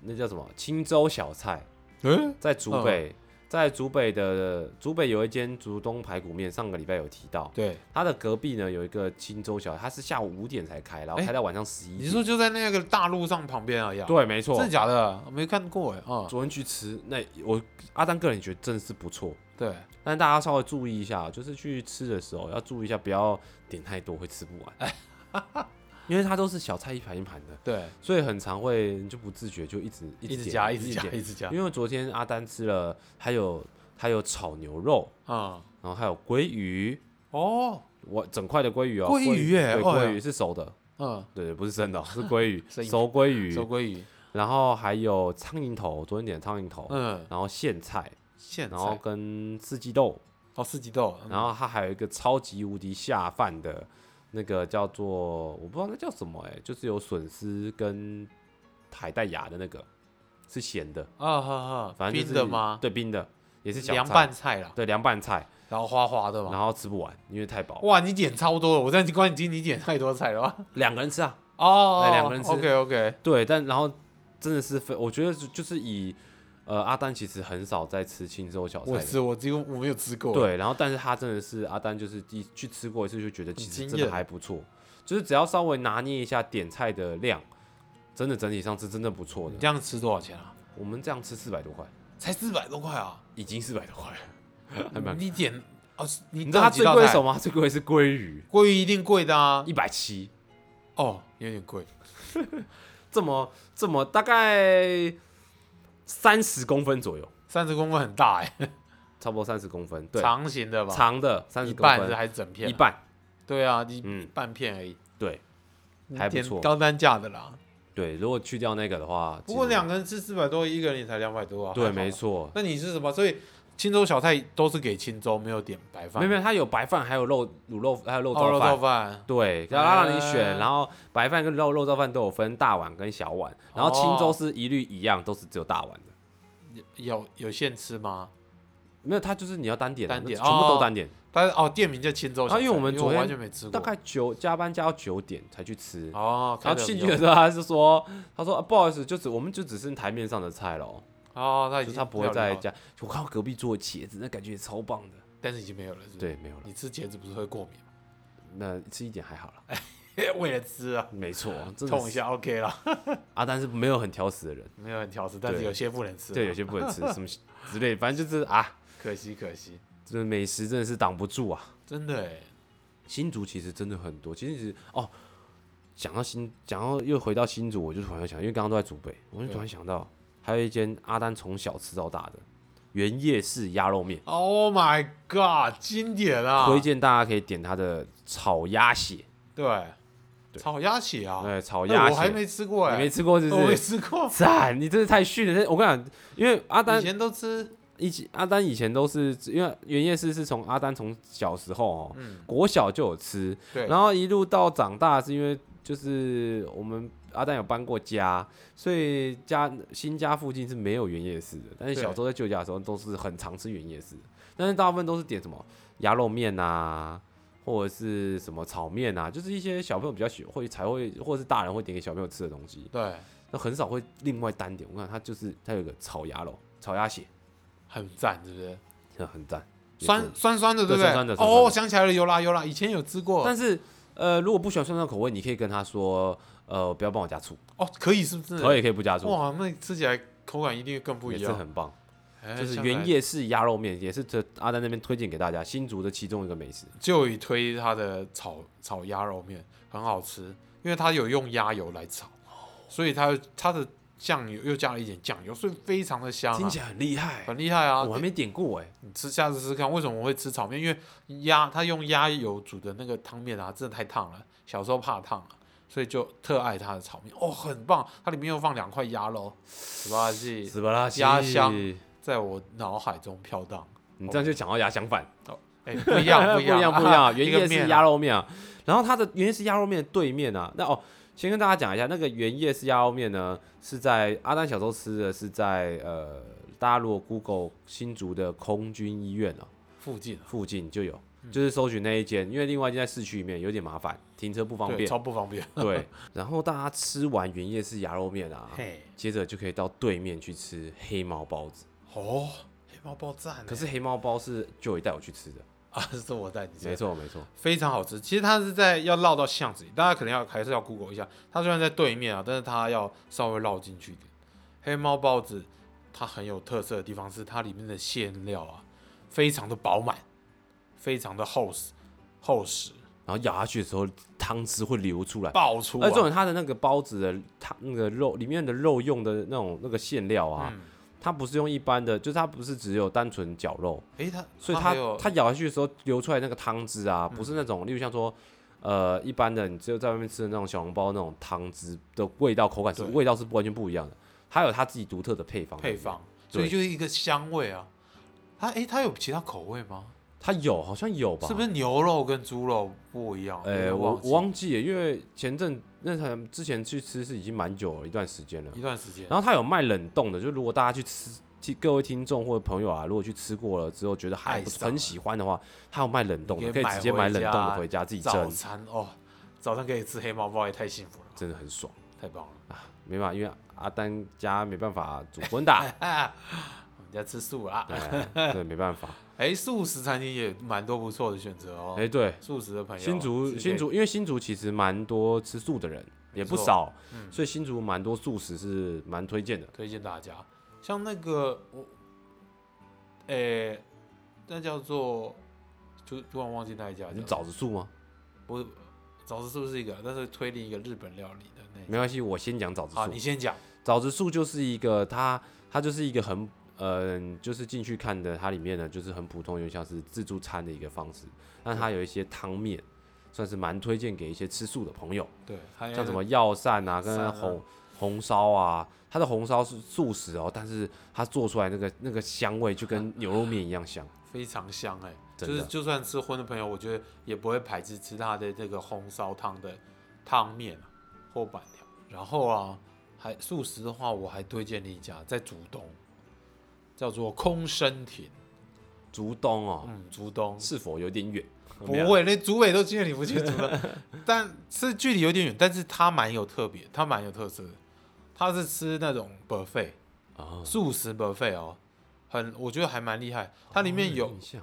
S1: 那叫什么青州小菜，
S2: 嗯，
S1: 在竹北，在竹北的竹北有一间竹东排骨面，上个礼拜有提到，
S2: 对，
S1: 它的隔壁呢有一个青州小，它是下午五点才开，然后
S2: 哎
S1: 开到晚上十一
S2: 你
S1: 点。
S2: 是说就在那个大路上旁边而已、啊？，
S1: 对，没错
S2: 真的。假的？我没看过哎、啊、
S1: 昨天去吃，那我阿丹个人觉得真的是不错，
S2: 对，
S1: 但大家稍微注意一下，就是去吃的时候要注意一下，不要点太多，会吃不完。
S2: 哎
S1: 因为它都是小菜一盘一盘的，
S2: 对，
S1: 所以很常会你就不自觉就一直
S2: 一直
S1: 点
S2: 加，一
S1: 一
S2: 直加，
S1: 点
S2: 一直加，
S1: 因为昨天阿丹吃了，还有还有炒牛肉，
S2: 嗯，
S1: 然后还有鲑鱼，
S2: 哦，
S1: 我整块的鲑鱼哦，
S2: 鲑鱼耶
S1: 对，
S2: 哦
S1: 鲑
S2: 呀
S1: 鱼是熟的，
S2: 嗯，
S1: 对，不是生 的哦，是鲑鱼
S2: 生，的
S1: 熟鲑鱼，
S2: 手鲑鱼，
S1: 然后还有苍蝇头，昨天点的苍蝇头，
S2: 嗯，
S1: 然后苋菜，
S2: 苋
S1: 哦然后
S2: 菜，
S1: 跟四季豆，
S2: 哦，四季豆，嗯
S1: 然后它还有一个超级无敌下饭的那个叫做我不知道那叫什么哎、就是有笋丝跟海带芽的那个，是咸的，
S2: 啊哈哈，
S1: 反正就
S2: 冰
S1: 是
S2: 的吗？
S1: 对，冰的也是小
S2: 凉
S1: 菜
S2: 拌菜啦，
S1: 对，凉拌菜，
S2: 然后花花的嘛。
S1: 然后吃不完，因为太饱。
S2: 哇，你点超多了，我这样关你今你点太 多菜了吧？
S1: 两个人吃啊，
S2: 哦
S1: 对两个人吃
S2: OK OK，
S1: 对，但然后真的是非，我觉得就就是以呃阿丹其实很少在吃青州小菜
S2: 我
S1: 的，
S2: 吃，我几乎我没有吃过。，
S1: 对，然后但是他真的是阿丹，就是第一去吃过一次就觉得其实
S2: 惊
S1: 真的
S2: 艳
S1: 还不错，就是只要稍微拿捏一下点菜的量，真的整体上是真的不错的
S2: 你。这样吃多少钱啊？
S1: 我们这样吃四百多块，
S2: 才四百多块啊！
S1: 已经四百多块了，还蛮。
S2: 你点哦，你
S1: 你知道它最贵是什么
S2: 么？
S1: 吗？最贵是鲑鱼，
S2: 鲑鱼一定贵的啊！
S1: 一百七，
S2: 哦，有点贵，
S1: 这么这么大概三十公分左右，
S2: 三十公分很大哎、
S1: 差不多三十公分，对，
S2: 长形的吧？
S1: 长的三
S2: 一
S1: 十公
S2: 半是
S1: 分，
S2: 还是整片、
S1: 一。半，
S2: 对啊，一
S1: 嗯，
S2: 半片而已，
S1: 对
S2: 你
S1: 还不
S2: 嗯点
S1: 错
S2: 高单价的啦。
S1: 对，如果去掉那个的话，
S2: 不过
S1: 其实
S2: 两个人吃四百多，一个人也才两百多啊。
S1: 对，
S2: 还好
S1: 没
S2: 吧。
S1: 错，
S2: 那你是什么？所以青州小菜都是给青州，没有点白饭。
S1: 没有没有，它有白饭，还有肉卤肉，还有肉
S2: 哦，
S1: 燥
S2: 肉
S1: 饭。
S2: 燥饭。
S1: 对，然后让你选，
S2: 哎
S1: 然后白饭跟肉肉燥饭都有分大碗跟小碗，然后青州
S2: 哦
S1: 是一律一样，都是只有大碗的，
S2: 有有现吃吗？
S1: 没有它就是你要单点啊，
S2: 单
S1: 那
S2: 点
S1: 全部都
S2: 哦
S1: 单点，
S2: 但是哦，店名叫青州小菜。
S1: 啊因为我们昨天
S2: 完全没吃过。
S1: 大概九加班加到九点才去吃，
S2: 哦，
S1: 然
S2: 开
S1: 后
S2: 得
S1: 进
S2: 比
S1: 去的
S2: 较
S1: 时候他是说，他说、啊、不好意思，就只我们就只剩台面上的菜了，
S2: 哦，他已
S1: 就
S2: 经
S1: 他不会
S2: 料理
S1: 再
S2: 好了，嗯
S1: 加，我看到隔壁桌的茄子，那感觉也超棒的，
S2: 但是已经没有了，是不是？
S1: 对，没有了，
S2: 你吃茄子不是会过敏吗？
S1: 那吃一点还好啦。
S2: 为了吃啊，
S1: 没 错，真的
S2: 痛
S1: 是
S2: 一下 OK 啦，
S1: 阿丹是没有很挑食的人，
S2: 没有很挑食，但是
S1: 对
S2: 有些不能吃啊，
S1: 对，有些不能吃什么 之类，反正就是啊，
S2: 可惜可惜，
S1: 这美食真的是挡不住啊。
S2: 真的哎，
S1: 新竹其实真的很多，其实哦，讲到新，讲到又回到新竹，我就突然想，因为刚刚都在竹北，我就突然想到，还有一间阿丹从小吃到大的原叶式鸭肉面，
S2: Oh my God，经典啊，
S1: 推荐大家可以点它的炒鸭血，
S2: 对，
S1: 对
S2: 炒鸭血啊，
S1: 对，炒
S2: 哎
S1: 鸭
S2: 我还
S1: 血，
S2: 没吃过
S1: 你没
S2: 哎，
S1: 吃过是
S2: 我
S1: 不
S2: 没
S1: 是？
S2: 吃过，
S1: 赞，你真的太逊了！我跟你讲，因为阿丹
S2: 以前都吃，
S1: 以前阿丹以前都是因为原叶市是从阿丹从小时候哦，国小就有吃，
S2: 嗯对，
S1: 然后一路到长大是因为就是我们阿丹有搬过家，所以家新家附近是没有原叶市的，但是
S2: 对
S1: 小时候在旧家的时候都是很常吃原叶市，但是大部分都是点什么鸭肉面啊。或者是什么炒面啊，就是一些小朋友比较喜会才会，或者是大人会点给小朋友吃的东西，
S2: 对，
S1: 那很少会另外单点。我看它就是它有一个炒鸭肉、炒鸭血，
S2: 很赞，是不是？
S1: 很很赞，也是
S2: 酸酸酸的，
S1: 对
S2: 不
S1: 酸酸的
S2: 对？
S1: 酸酸的
S2: 哦，想起来了，有啦有啦，以前有吃过，
S1: 但是呃，如果不喜欢酸酸口味，你可以跟他说，呃，不要帮我加醋，
S2: 哦，可以是不是？
S1: 可以可以不加醋，
S2: 哇，那吃起来口感一定更不
S1: 也
S2: 一
S1: 是
S2: 样，
S1: 很棒。
S2: 哎
S1: 就是
S2: 香
S1: 原
S2: 奶
S1: 叶式鸭肉面，也是这阿丹那边推荐给大家新竹的其中一个美食。
S2: 就以推它的炒炒鸭肉面很好吃，因为它有用鸭油来炒，所以它它的酱油又加了一点酱油，所以非常的香、
S1: 听
S2: 啊，
S1: 起来很厉害，
S2: 很厉害啊！
S1: 我还没点过哎。
S2: 你吃下次试试看，为什么我会吃炒面？因为鸭它用鸭油煮的那个汤面啊，真的太烫了，小时候怕烫啊，所以就特爱它的炒面哦，很棒！它里面又放两块鸭肉，是吧？是
S1: 斯巴拉
S2: 鸭香 在我脑海中飘 荡。
S1: 你这样就讲到鸭香饭，
S2: 哎、不一样，
S1: 不
S2: 不
S1: 一
S2: 一样，
S1: 不一样。 原
S2: 一个
S1: 叶式
S2: 面
S1: 鸭
S2: 啊
S1: 肉面啊，然后它的原叶式鸭肉面的对面啊，那哦，先跟大家讲一下，那个原叶式鸭肉面呢，是在阿丹小时候吃的是在呃，大家如果 Google 新竹的空军医院啊
S2: 附近啊，
S1: 附近就有，
S2: 嗯
S1: 就是搜寻那一间，因为另外一间在市区里面有点麻烦，停车不方
S2: 对，
S1: 便。
S2: 超不方便。
S1: 对，然后大家吃完原叶式鸭肉面啊，
S2: 嘿，
S1: 接着就可以到对面去吃黑猫包子。
S2: 哦，猫包赞欸，
S1: 可是黑猫包是舅爷带我去吃的，
S2: 啊，是我带你吃
S1: 没，错没错，
S2: 非常好吃。其实它是在要绕到巷子里，大家可能要还是要 Google 一下。它虽然在对面啊，但是它要稍微绕进去一点。黑猫包子它很有特色的地方是它里面的馅料啊，非常的饱满，非常的厚实厚实
S1: 然后咬下去的时候汤汁会流出来，
S2: 爆出啊
S1: 而
S2: 来
S1: 重。点它的那个包子的汤那个肉里面的肉用的那种那个馅料啊，
S2: 嗯
S1: 它不是用一般的，就是它不是只有单纯绞肉，
S2: 诶，它
S1: 所以
S2: 它
S1: 它
S2: 还有嗯
S1: 它咬下去的时候流出来那个汤汁啊，不是那种，例如像说，呃，一般的你只有在外面吃的那种小笼包那种汤汁的味道口感是
S2: 对
S1: 味道是完全不一样的，它有它自己独特的配方。
S2: 配方，
S1: 对
S2: 所以就是一个香味啊。它诶，它有其他口味吗？
S1: 它有好像有吧？
S2: 是不是？牛肉跟猪肉不一样？
S1: 哎、
S2: 有点
S1: 我
S2: 忘记
S1: 我忘记了，因为前阵那他之前去吃是已经蛮久了一段时间了。
S2: 一段时间。
S1: 然后它有卖冷冻的，就如果大家去吃。听各位听众或者朋友啊，如果去吃过了之后觉得还不
S2: 爱上
S1: 很
S2: 了
S1: 喜欢的话，它有卖冷冻的，
S2: 你
S1: 可
S2: 可以
S1: 以直接买
S2: 买回
S1: 冷冻
S2: 家
S1: 的回家自己
S2: 早
S1: 蒸，
S2: 餐哦，早餐可以吃黑猫包也太幸福了，
S1: 真的很爽。
S2: 太棒了。
S1: 没办法，因为阿丹家没办法煮荤的啊，
S2: 我们家吃素啦，
S1: 对，对，没办法。
S2: 哎，素食餐厅也蛮多不错的选择哦。
S1: 哎，对，
S2: 素食的朋友，
S1: 新竹
S2: 是
S1: 新竹，因为新竹其实蛮多吃素的人，也不少，
S2: 嗯
S1: 所以新竹蛮多素食是蛮推荐的
S2: 可以。推荐大家，像那个我，哎，那叫做，突突然忘记那一家叫
S1: 你，枣子素吗？
S2: 不是早知是不是一个，但是推另一个日本料理的那一家。
S1: 没关系，我先讲枣子
S2: 好，你
S1: 素。
S2: 先讲，
S1: 枣子素就是一个它，它就是一个很。嗯，就是进去看的，它里面呢就是很普通，有点像是自助餐的一个方式。但它有一些汤面，算是蛮推荐给一些吃素的朋友。
S2: 对，还有
S1: 像什么药膳啊，
S2: 哎散
S1: 跟
S2: 啊
S1: 红红烧啊，它的红烧是素食哦，但是它做出来那个那个香味就
S2: 啊
S1: 跟牛肉面一样香。
S2: 非常香哎、就
S1: 真
S2: 是
S1: 的
S2: 就算吃荤的朋友，我觉得也不会排斥吃它的这个红烧汤的汤面啊或板条。然后啊，还素食的话，我还推荐你一家在竹东，叫做空生亭。
S1: 竹东哦，
S2: 嗯，竹东
S1: 是否有点远？
S2: 不
S1: 啊
S2: 会，那竹北都记得你不去竹东， 但是距离有点远，但是它蛮有特别，它蛮有特色的。它是吃那种 buffet
S1: 啊，
S2: 素食 buffet 哦，很我觉得还蛮厉害。它里面有
S1: 印象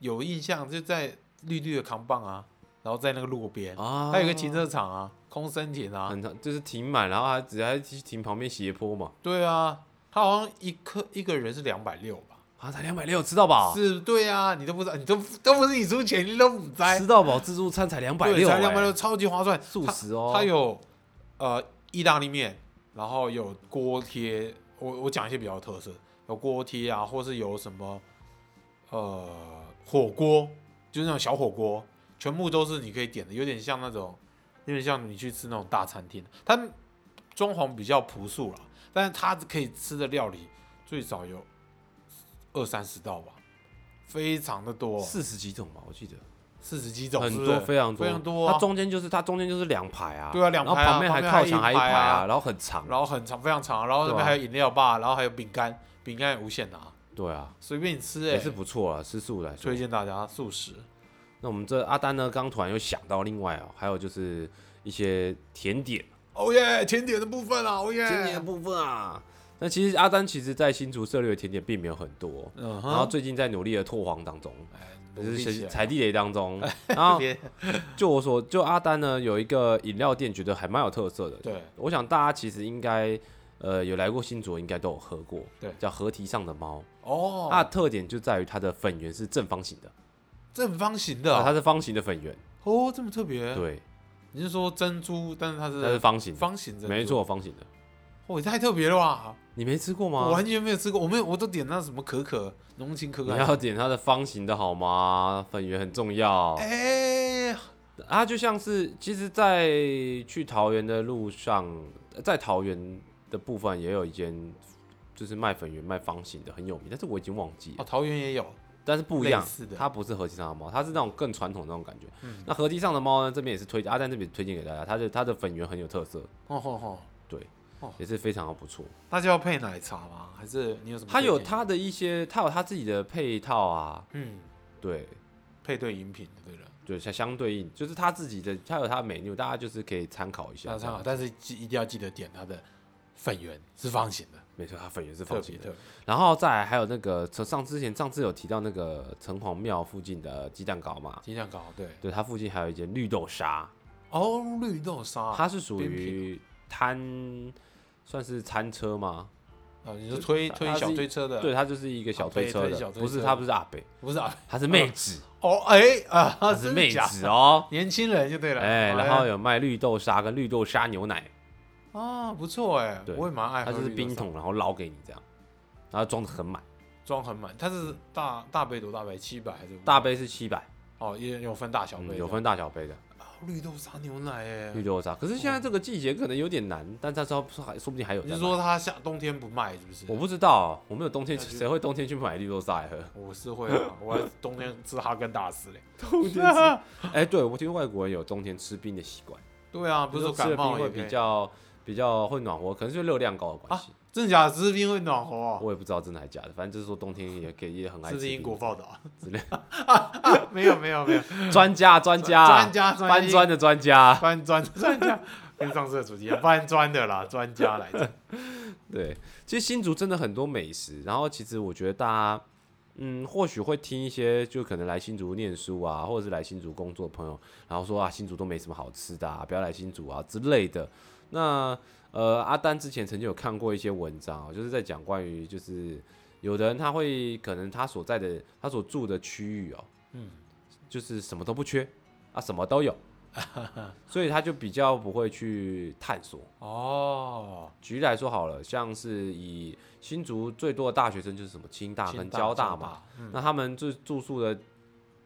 S2: 有印象，就在绿绿的扛棒啊，然后在那个路边，
S1: 啊，嗯
S2: 它有一个停车场啊，空森停啊，
S1: 很长，就是停满，然后还只还停停旁边斜坡嘛，
S2: 对啊，它好像一克一个人是两百六吧？
S1: 啊，才两百六，吃到饱，
S2: 是，对啊，你都不知道，你都都不是你出钱，你都不摘，
S1: 吃到饱自助餐才两百
S2: 对
S1: 六，哎
S2: 才两百六，，超级划算。
S1: 素食哦，
S2: 它有呃意大利面，然后有锅贴，我我讲一些比较有特色，有锅贴啊，或是有什么呃火锅，就是那种小火锅，全部都是你可以点的，有点像那种，有点像你去吃那种大餐厅，它装潢比较朴素啦，但是它可以吃的料理最少有二三十道吧。非常的多，
S1: 四十几种吧，我记得
S2: 四十几种，
S1: 很
S2: 是不
S1: 多，
S2: 是
S1: 非常多，
S2: 非常多啊
S1: 它中间就是它中间就是两排啊，
S2: 对啊两
S1: 然后
S2: 排啊
S1: 旁边还
S2: 旁边
S1: 靠
S2: 还一
S1: 墙还一
S2: 排
S1: 排
S2: 啊
S1: 啊，然后很长，
S2: 然后很长，非常长，然后那
S1: 对
S2: 边
S1: 啊
S2: 还有饮料吧，然后还有饼干，饼干也无限拿，
S1: 对啊，
S2: 随便你吃哎、
S1: 也是不错啊，吃素来说
S2: 推。荐大家素食，
S1: 那我们这阿丹呢，刚突然又想到另外哦，还有就是一些甜点，
S2: 哦耶，甜点的部分啊，哦耶，
S1: 甜点的，部分啊。那其实阿丹其实在新竹涉猎的甜点并没有很多，
S2: 嗯
S1: 然后
S2: 哼，
S1: 最近在努力的拓荒当中，
S2: 哎
S1: 就
S2: 努力起
S1: 是
S2: 来 哎
S1: 踩地雷当中。然后
S2: 别
S1: 就我所就阿丹呢，有一个饮料店，觉得还蛮有特色的。
S2: 对，
S1: 我想大家其实应该呃有来过新竹，应该都有喝过，
S2: 对
S1: 叫河堤上的猫。
S2: 哦，
S1: 它的特点就在于它的粉圆是正方形的，
S2: 正方形的
S1: 啊，
S2: 啊、
S1: 它是方形的粉圆，
S2: 哦，这么特别，
S1: 对，
S2: 你是说珍珠，但是它
S1: 它是
S2: 是
S1: 方形的。
S2: 方形珍珠，
S1: 没，错，方啊形的。
S2: 哦，也太特别了吧，
S1: 你没吃过
S2: 我
S1: 吗？
S2: 完全没有吃过，我没有，我都点那什么可可浓情可
S1: 你
S2: 可，
S1: 要点它的方形的好吗？粉圆很重要。
S2: 哎、
S1: 它啊就像是，其实，在去桃园的路上，在桃园的部分也有一间，就是卖粉圆、卖方形的，很有名，但是我已经忘记
S2: 哦，
S1: 了。
S2: 桃园也有，
S1: 但是不一样
S2: 类似的，嗯
S1: 它不是河堤上的猫，它是那种更传统的那种感觉。那河堤上的猫呢，这边也是推阿丹这边推荐给大家，它的它的粉圆很有特色，
S2: 哦吼吼，
S1: 对
S2: 哦，
S1: 也是非常的不错。
S2: 那就要配奶茶吗？还是你有什么？
S1: 它有，它的一些，它有它自己的配套啊，
S2: 嗯。
S1: 对，
S2: 配对饮品的，对了，
S1: 对，相相对应就是他自己的，他有他的 menu，大家就是可以参考一下
S2: 那
S1: 这
S2: 啊参
S1: 样。
S2: 考，但是记一定要记得点它的粉圆是方形的，
S1: 没错，它粉圆是
S2: 特
S1: 放
S2: 别
S1: 心
S2: 特
S1: 的。
S2: 别。
S1: 然后再来还有那个从上之前上次有提到那个城隍庙附近的鸡蛋糕嘛，
S2: 鸡蛋糕对，
S1: 对，它附近还有一间绿豆沙，
S2: 哦，绿豆沙啊，
S1: 它是属于摊，算是餐车吗？
S2: 啊你是推
S1: 它
S2: 推
S1: 它是
S2: 小
S1: 一
S2: 推车的，
S1: 对，，它就是一个小推车
S2: 阿伯推
S1: 的，
S2: 啊小推车
S1: 不是它不是阿北，
S2: 不是啊，
S1: 它是妹子，
S2: 哦，哎啊，
S1: 它
S2: 真
S1: 是
S2: 的
S1: 妹
S2: 假的
S1: 子哦，
S2: 年轻人就对了，
S1: 哎，然后有卖绿豆沙跟绿豆沙牛奶，
S2: 啊，不错哎，
S1: 对
S2: 我也蛮爱
S1: 它
S2: 喝
S1: 就是
S2: 绿豆
S1: 冰
S2: 沙，
S1: 桶，然后捞给你这样，然后装的很满，
S2: 装很满，它是大大杯多大杯，七百还是500
S1: 大杯是七百，
S2: 哦，也有分大小杯
S1: 嗯
S2: 的，
S1: 有分大小杯的
S2: 啊绿豆沙牛奶
S1: 绿
S2: 哎，
S1: 豆沙，可是现在这个季节可能有点难，但它说还说不定还有在
S2: 你是
S1: 卖。
S2: 说它夏冬天不卖是不是？
S1: 我不知道，我没有冬天，
S2: 啊那就
S1: 谁会冬天去买绿豆沙来 喝？
S2: 我是会啊，我还冬天吃哈根达斯嘞。
S1: 冬天吃，哎，对我听说外国人有冬天吃冰的习 惯，
S2: 对啊，不是说
S1: 吃
S2: 感
S1: 了冰
S2: 冒
S1: 会
S2: 也
S1: 比
S2: 比较，
S1: 较比较会暖和，可能是热量高的关系。
S2: 真的假的？吃冰会暖和哦，
S1: 我也不知道真的还假的，反正就是说冬天也给也很爱
S2: 这
S1: 吃
S2: 是
S1: 冰。
S2: 英国报 道啊
S1: 之类
S2: 啊没有没有没有，
S1: 专家，专家，
S2: 专家
S1: 啊搬
S2: 专家
S1: 砖的专家，
S2: 搬砖专家， 跟上次的主题一样搬砖的啦，专家来着。
S1: 对，其实新竹真的很多美食，然后其实我觉得大家，嗯，或许会听一些就可能来新竹念书啊，或者是来新竹工作的朋友，然后说啊，新竹都没什么好吃的、啊，不要来新竹啊之类的。那呃，阿丹之前曾经有看过一些文章哦，就是在讲关于就是有的人他会可能他所在的他所住的区域哦，
S2: 嗯，
S1: 就是什么都不缺啊，什么都有，所以他就比较不会去探索。
S2: 哦，
S1: 举例来说好了，像是以新竹最多的大学生就是什么清大跟交大嘛，，
S2: 嗯，
S1: 那他们住住宿的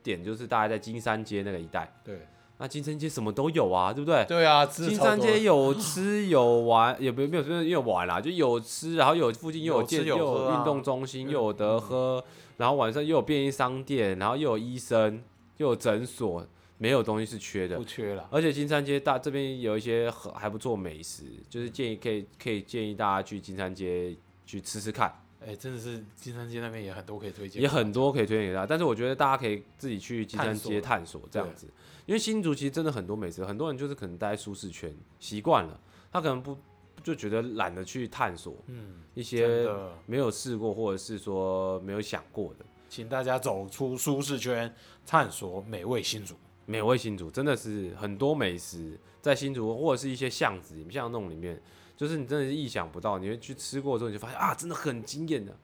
S1: 点就是大概在金山街那个一带。
S2: 对
S1: 那金山街什么都有啊，对不对？
S2: 对啊，吃的
S1: 金
S2: 超
S1: 山
S2: 多
S1: 街有吃有玩，也没没有没有没有玩啦，就有吃，然后有附近又
S2: 有吃
S1: 健
S2: 有
S1: 又有
S2: 喝啊嗯
S1: 运动中心，又有得喝，然后晚上又有便利商店，然后又有医生，又有诊所，没有东西是缺的
S2: 不。缺了，
S1: 而且金山街大这边有一些很还不错美食，就是建议可以可以建议大家去金山街去吃吃看，
S2: 哎，真的是金山街那边也很多可以推荐，
S1: 也很多可以推荐给大家。但是我觉得大家可以自己去金山街探索
S2: 对
S1: 这样子，因为新竹其实真的很多美食，很多人就是可能待在舒适圈习惯了，他可能不就觉得懒得去探索
S2: 嗯，
S1: 一
S2: 真
S1: 些
S2: 的，
S1: 没有试过或者是说没有想过的。
S2: 请大家走出舒适圈，探索美味新竹。
S1: 美味新竹真的是很多美食在新竹或者是一些巷子里面、巷弄里面，就是你真的是意想不到，你会去吃过之后你就发现啊，真的很惊艳的、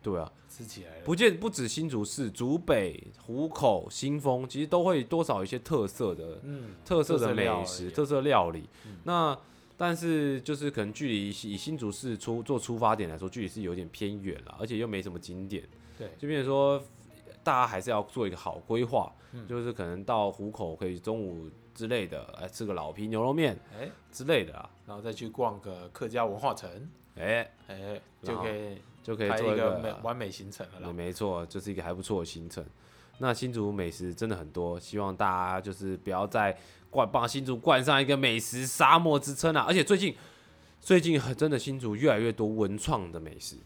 S1: 对啊，
S2: 吃起来了，
S1: 不见不止新竹市，竹北、湖口、新丰，其实都会多少有一些特色的、
S2: 嗯，
S1: 特色
S2: 特色
S1: 的美
S2: 料
S1: 食、
S2: 理
S1: 特色料理。嗯那但是就是可能距离以新竹市出做出发点来说，距离是有点偏远了，而且又没什么景点。
S2: 对，
S1: 就变成说，大家还是要做一个好规划，
S2: 嗯
S1: 就是可能到虎口可以中午之类的，哎，吃个老皮牛肉面
S2: 哎，
S1: 之类的啊，
S2: 然后再去逛个客家文化城，
S1: 哎，
S2: 哎，
S1: 然
S2: 就
S1: 后
S2: 可以
S1: 就可以
S2: 拍
S1: 做
S2: 一
S1: 个嗯
S2: 个美完美行程了
S1: 没
S2: 啦。
S1: 没错，就是一个还不错的行程。那新竹美食真的很多，希望大家就是不要再冠把新竹冠上一个美食沙漠之称啊！而且最近最近很真的新竹越来越多文创的美食，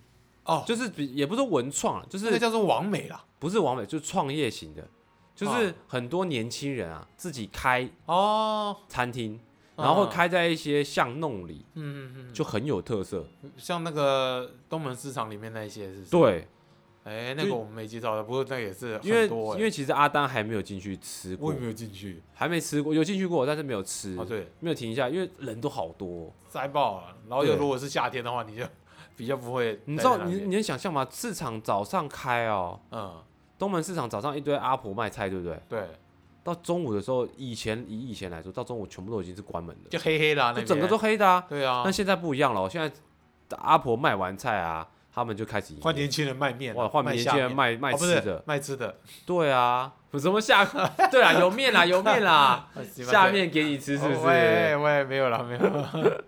S2: 哦，
S1: 就是比也不是说文创啊，就
S2: 这
S1: 是
S2: 个叫做完美啦。
S1: 不是完美，就是创业型的，就是
S2: 啊
S1: 很多年轻人啊自己开
S2: 哦，
S1: 餐厅，
S2: 啊
S1: 然后会开在一些巷弄里，
S2: 嗯，嗯
S1: 就很有特色。
S2: 嗯，像那个东门市场里面那一些是不是？
S1: 对，
S2: 哎，那
S1: 就
S2: 个我们没介绍的，不过那也是
S1: 因为
S2: 很多哎，
S1: 因为其实阿丹还没有进去吃
S2: 我
S1: 过
S2: 也，没有进去。
S1: 还没吃过，有进去过，但是没有吃
S2: 哦，，对，
S1: 没有停下来，因为人都好多哦。
S2: 塞爆了。然后
S1: 对
S2: 又如果是夏天的话，你就比较不会待在那
S1: 你
S2: 边。
S1: 知道，你你能想象吗？市场早上开哦，
S2: 嗯，
S1: 东门市场早上一堆阿婆卖菜，对不对？
S2: 对，
S1: 到中午的时候，以前以以前来说，到中午全部都已经是关门的，
S2: 就黑黑的啊，那
S1: 就整个
S2: 边
S1: 都黑的啊。
S2: 对啊
S1: 那，现在不一样了哦，现在阿婆卖完菜啊，他们就开始营业
S2: 换年轻人卖面啊，
S1: 哇，换
S2: 卖
S1: 年
S2: 下
S1: 轻人
S2: 面
S1: 卖卖
S2: 哦不
S1: 吃
S2: 是
S1: 的，
S2: 卖 吃的，
S1: 对啊，有什么下？ 对啦，有面啦，有面 啦，
S2: 啊是吗
S1: 下面给你吃是不
S2: 哦喂
S1: 是？
S2: 喂，没有了，没有了。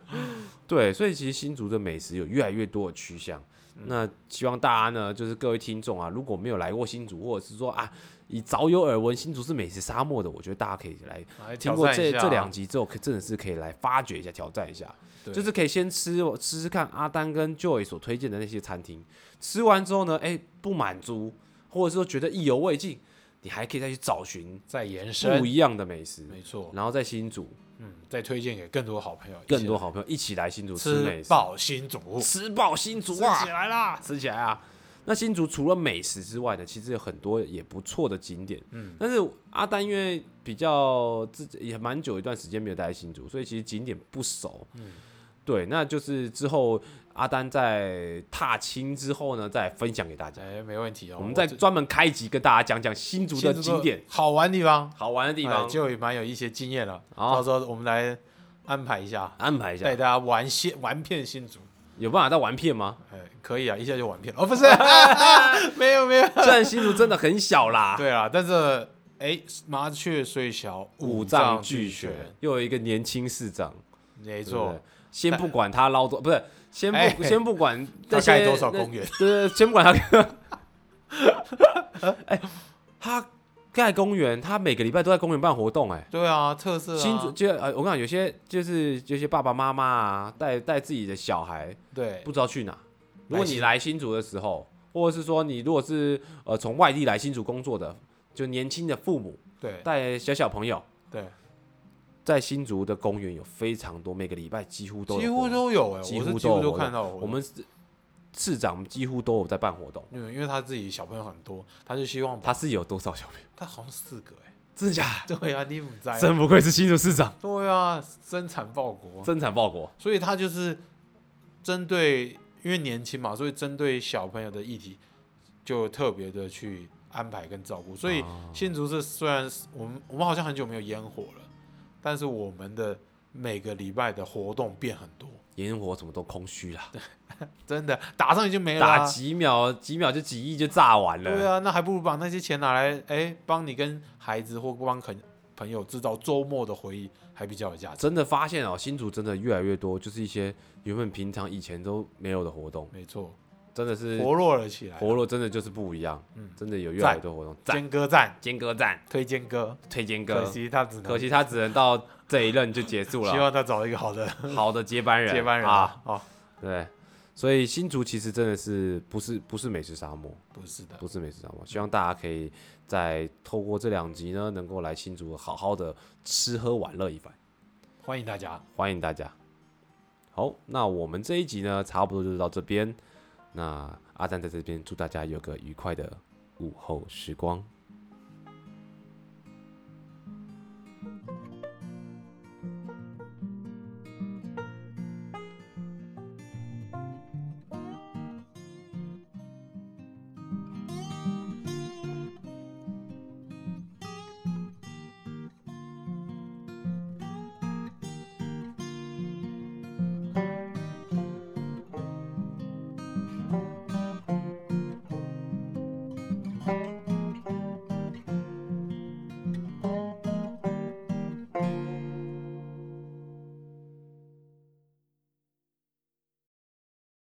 S1: 对，所以其实新竹的美食有越来越多的趋向。
S2: 嗯
S1: 那希望大家呢，就是各位听众啊，如果没有来过新竹，或者是说啊，已早有耳闻新竹是美食沙漠的，我觉得大家可以来
S2: 来
S1: 听
S2: 挑
S1: 过
S2: 战
S1: 这
S2: 一下啊
S1: 这两集之后，可真的是可以来发掘一下、挑战一下。
S2: 对
S1: 就是可以先吃吃吃看阿丹跟 Joy 所推荐的那些餐厅，吃完之后呢，哎、不满足，或者是说觉得意犹未尽，你还可以再去找寻
S2: 再延伸
S1: 不，一样的美食，
S2: 没错，
S1: 然后在新竹
S2: 嗯，再推荐给更多好朋友，
S1: 更多好朋友一起来新竹
S2: 一起
S1: 吃
S2: 吃
S1: 美食，
S2: 爆新竹，
S1: 吃爆新
S2: 吃
S1: 竹啊！
S2: 起来啦！
S1: 吃起来啊。那新竹除了美食之外呢，其实有很多也不错的景点。
S2: 嗯，
S1: 但是阿丹因为比较自己也蛮久一段时间没有待在新竹，所以其实景点不熟。嗯，对，那就是之后阿丹在踏青之后呢，再分享给大家。
S2: 哎，没问题哦，
S1: 我们再
S2: 这
S1: 专门开一集跟大家讲讲新竹的
S2: 新
S1: 景点、
S2: 好玩地方，
S1: 好玩的地
S2: 哎
S1: 方，
S2: 就也蛮有一些经验了。
S1: 好
S2: 到时候我们来安排一下，
S1: 安排一下
S2: 带。大家玩新玩遍新竹。
S1: 有办法再玩遍吗？
S2: 哎，可以啊，一下就玩遍了。哦，不是， 没有没有。
S1: 虽然新竹真的很小啦，
S2: 对啊，但是哎，麻雀虽小，
S1: 五
S2: 脏
S1: 脏俱全，，又有一个年轻市长。
S2: 没
S1: 对不对
S2: 错，
S1: 先不管他捞多，不是先不、
S2: 哎
S1: 先不管这
S2: 大
S1: 些
S2: 概多少公
S1: 园，
S2: 园？
S1: 对对，对先不管他。哎、他盖公园，他每个礼拜都在公园办活动、哎、
S2: 对啊，特色啊，
S1: 新竹就呃，我跟你讲，有些就是有些爸爸妈妈啊，带带自己的小孩
S2: 对
S1: 不知道去哪。如果
S2: 来
S1: 你
S2: 新
S1: 来新竹的时候，或者是说你如果是呃从外地来新竹工作的，就年轻的父母
S2: 对
S1: 带小小朋友。
S2: 对，
S1: 在新竹的公园有非常多，每个礼拜几乎都有
S2: 几
S1: 活
S2: 乎
S1: 动
S2: 都有哎，我
S1: 几
S2: 是
S1: 乎
S2: 几
S1: 都有
S2: 乎都
S1: 活
S2: 看到我
S1: 我们市市长几乎都有在办活动，
S2: 因为因为他自己小朋友很多，他就希望把
S1: 他是有多少小朋友？
S2: 他好像四个哎，
S1: 真的假
S2: 对啊，你不在
S1: 的？
S2: 啊，
S1: 真不愧是新竹市长，
S2: 对啊，生产报国，啊
S1: 真产报国。
S2: 所以他就是针对因为年轻嘛，所以针对小朋友的议题就特别的去安排跟照顾。所以
S1: 哦
S2: 新竹市虽然是我们我们好像很久没有烟火了，但是我们的每个礼拜的活动变很多，
S1: 烟火什么都空虚啦，
S2: 真的打仗已经没了啊、
S1: 打几秒几秒就几亿就炸完
S2: 对
S1: 了。
S2: 啊，那还不如把那些钱拿来，哎，帮你跟孩子或帮朋朋友制造周末的回忆，还比较有价值。
S1: 真的发现哦，新竹真的越来越多，就是一些原本平常以前都没有的活动，
S2: 没错，
S1: 真的是
S2: 活络了起来。
S1: 活络，真的就是不一样。
S2: 嗯
S1: 真的有越来越多活动。赞，
S2: 坚哥赞，
S1: 坚哥赞，
S2: 推坚哥，
S1: 推坚
S2: 可
S1: 哥。
S2: 惜他只能
S1: 可惜他只能到这一任就结束
S2: 希
S1: 了，
S2: 望他找一个好的
S1: 好的接班人，
S2: 接班人
S1: 啊，
S2: 啊！哦，
S1: 对，所以新竹其实真的是不是不是美食沙漠，
S2: 不是的，
S1: 不是美食沙漠。希望大家可以在透过这两集呢，能够来新竹好好的吃喝玩乐一番，
S2: 欢迎大家，
S1: 欢迎大家。好，那我们这一集呢，差不多就到这边。那阿赞在这边祝大家有个愉快的午后时光，